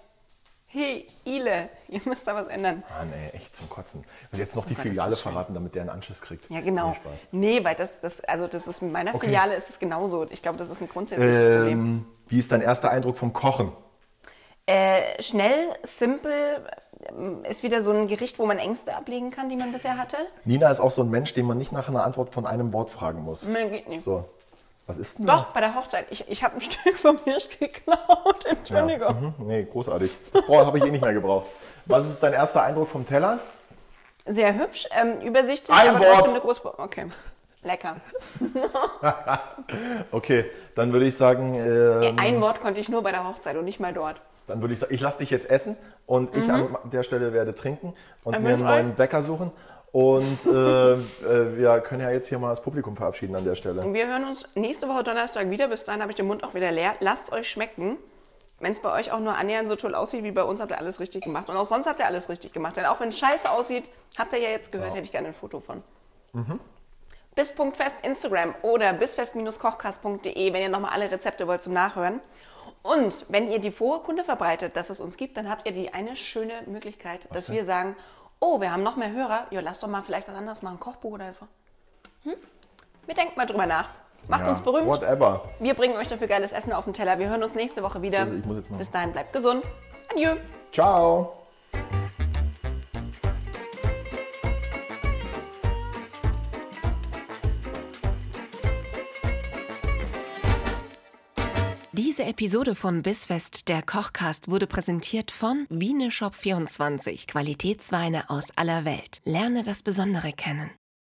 Hey, Ile, ihr müsst da was ändern.
Mann, ey, Ah, echt zum Kotzen. Und jetzt noch die
Oh Gott, ist
Filiale
das schön.
verraten, damit der einen Anschiss kriegt.
Ja, genau.
Nee, Spaß.
Nee, weil das, das, also das ist mit meiner
Okay.
Filiale ist es genauso. Ich glaube, das ist ein grundsätzliches Problem.
Ähm, wie ist dein erster Eindruck vom Kochen?
Äh, schnell, simpel ähm, ist wieder so ein Gericht, wo man Ängste ablegen kann, die man bisher hatte.
Nina ist auch so ein Mensch, den man nicht nach einer Antwort von einem Wort fragen muss.
Nee, geht nicht.
So, was ist denn
Doch, bei der Hochzeit. Ich, ich habe ein Stück vom Hirsch geklaut.
Ja.
Entschuldigung.
Mhm. Nee, großartig. Das habe ich eh nicht mehr gebraucht. Was ist dein erster Eindruck vom Teller?
Sehr hübsch, ähm, übersichtlich,
Ein
aber
Wort.
trotzdem eine Großbo Okay. Lecker.
Okay, dann würde ich sagen, äh,
Ein Wort konnte ich nur bei der Hochzeit und nicht mal dort.
dann würde ich sagen, ich lasse dich jetzt essen und ich
Mhm.
an der Stelle werde trinken und
Dann
mir einen
wünsch
neuen Bäcker suchen. Und äh, äh, wir können ja jetzt hier mal das Publikum verabschieden an der Stelle.
Und wir hören uns nächste Woche Donnerstag wieder. Bis dahin habe ich den Mund auch wieder leer. Lasst euch schmecken. Wenn es bei euch auch nur annähernd so toll aussieht wie bei uns, habt ihr alles richtig gemacht. Und auch sonst habt ihr alles richtig gemacht. Denn auch wenn es scheiße aussieht, habt ihr ja jetzt gehört, hätte ich gerne ein Foto von.
Mhm.
Bis Punktfest Instagram oder bisfest-kochkast.de, wenn ihr nochmal alle Rezepte wollt zum Nachhören. Und wenn ihr die frohe Kunde verbreitet, dass es uns gibt, dann habt ihr die eine schöne Möglichkeit, dass
denn?
wir sagen, oh, wir haben noch mehr Hörer, ja, lass doch mal vielleicht was anderes machen, Kochbuch oder so. Hm? Wir denken mal drüber nach. Macht
Ja,
uns berühmt.
Whatever.
Wir bringen euch dafür geiles Essen auf den Teller. Wir hören uns nächste Woche wieder.
Also ich muss jetzt mal-
Bis dahin bleibt gesund. Adieu.
Ciao.
Diese Episode von Bissfest, der Kochcast, wurde präsentiert von Wieneshop24, Qualitätsweine aus aller Welt. Lerne das Besondere kennen.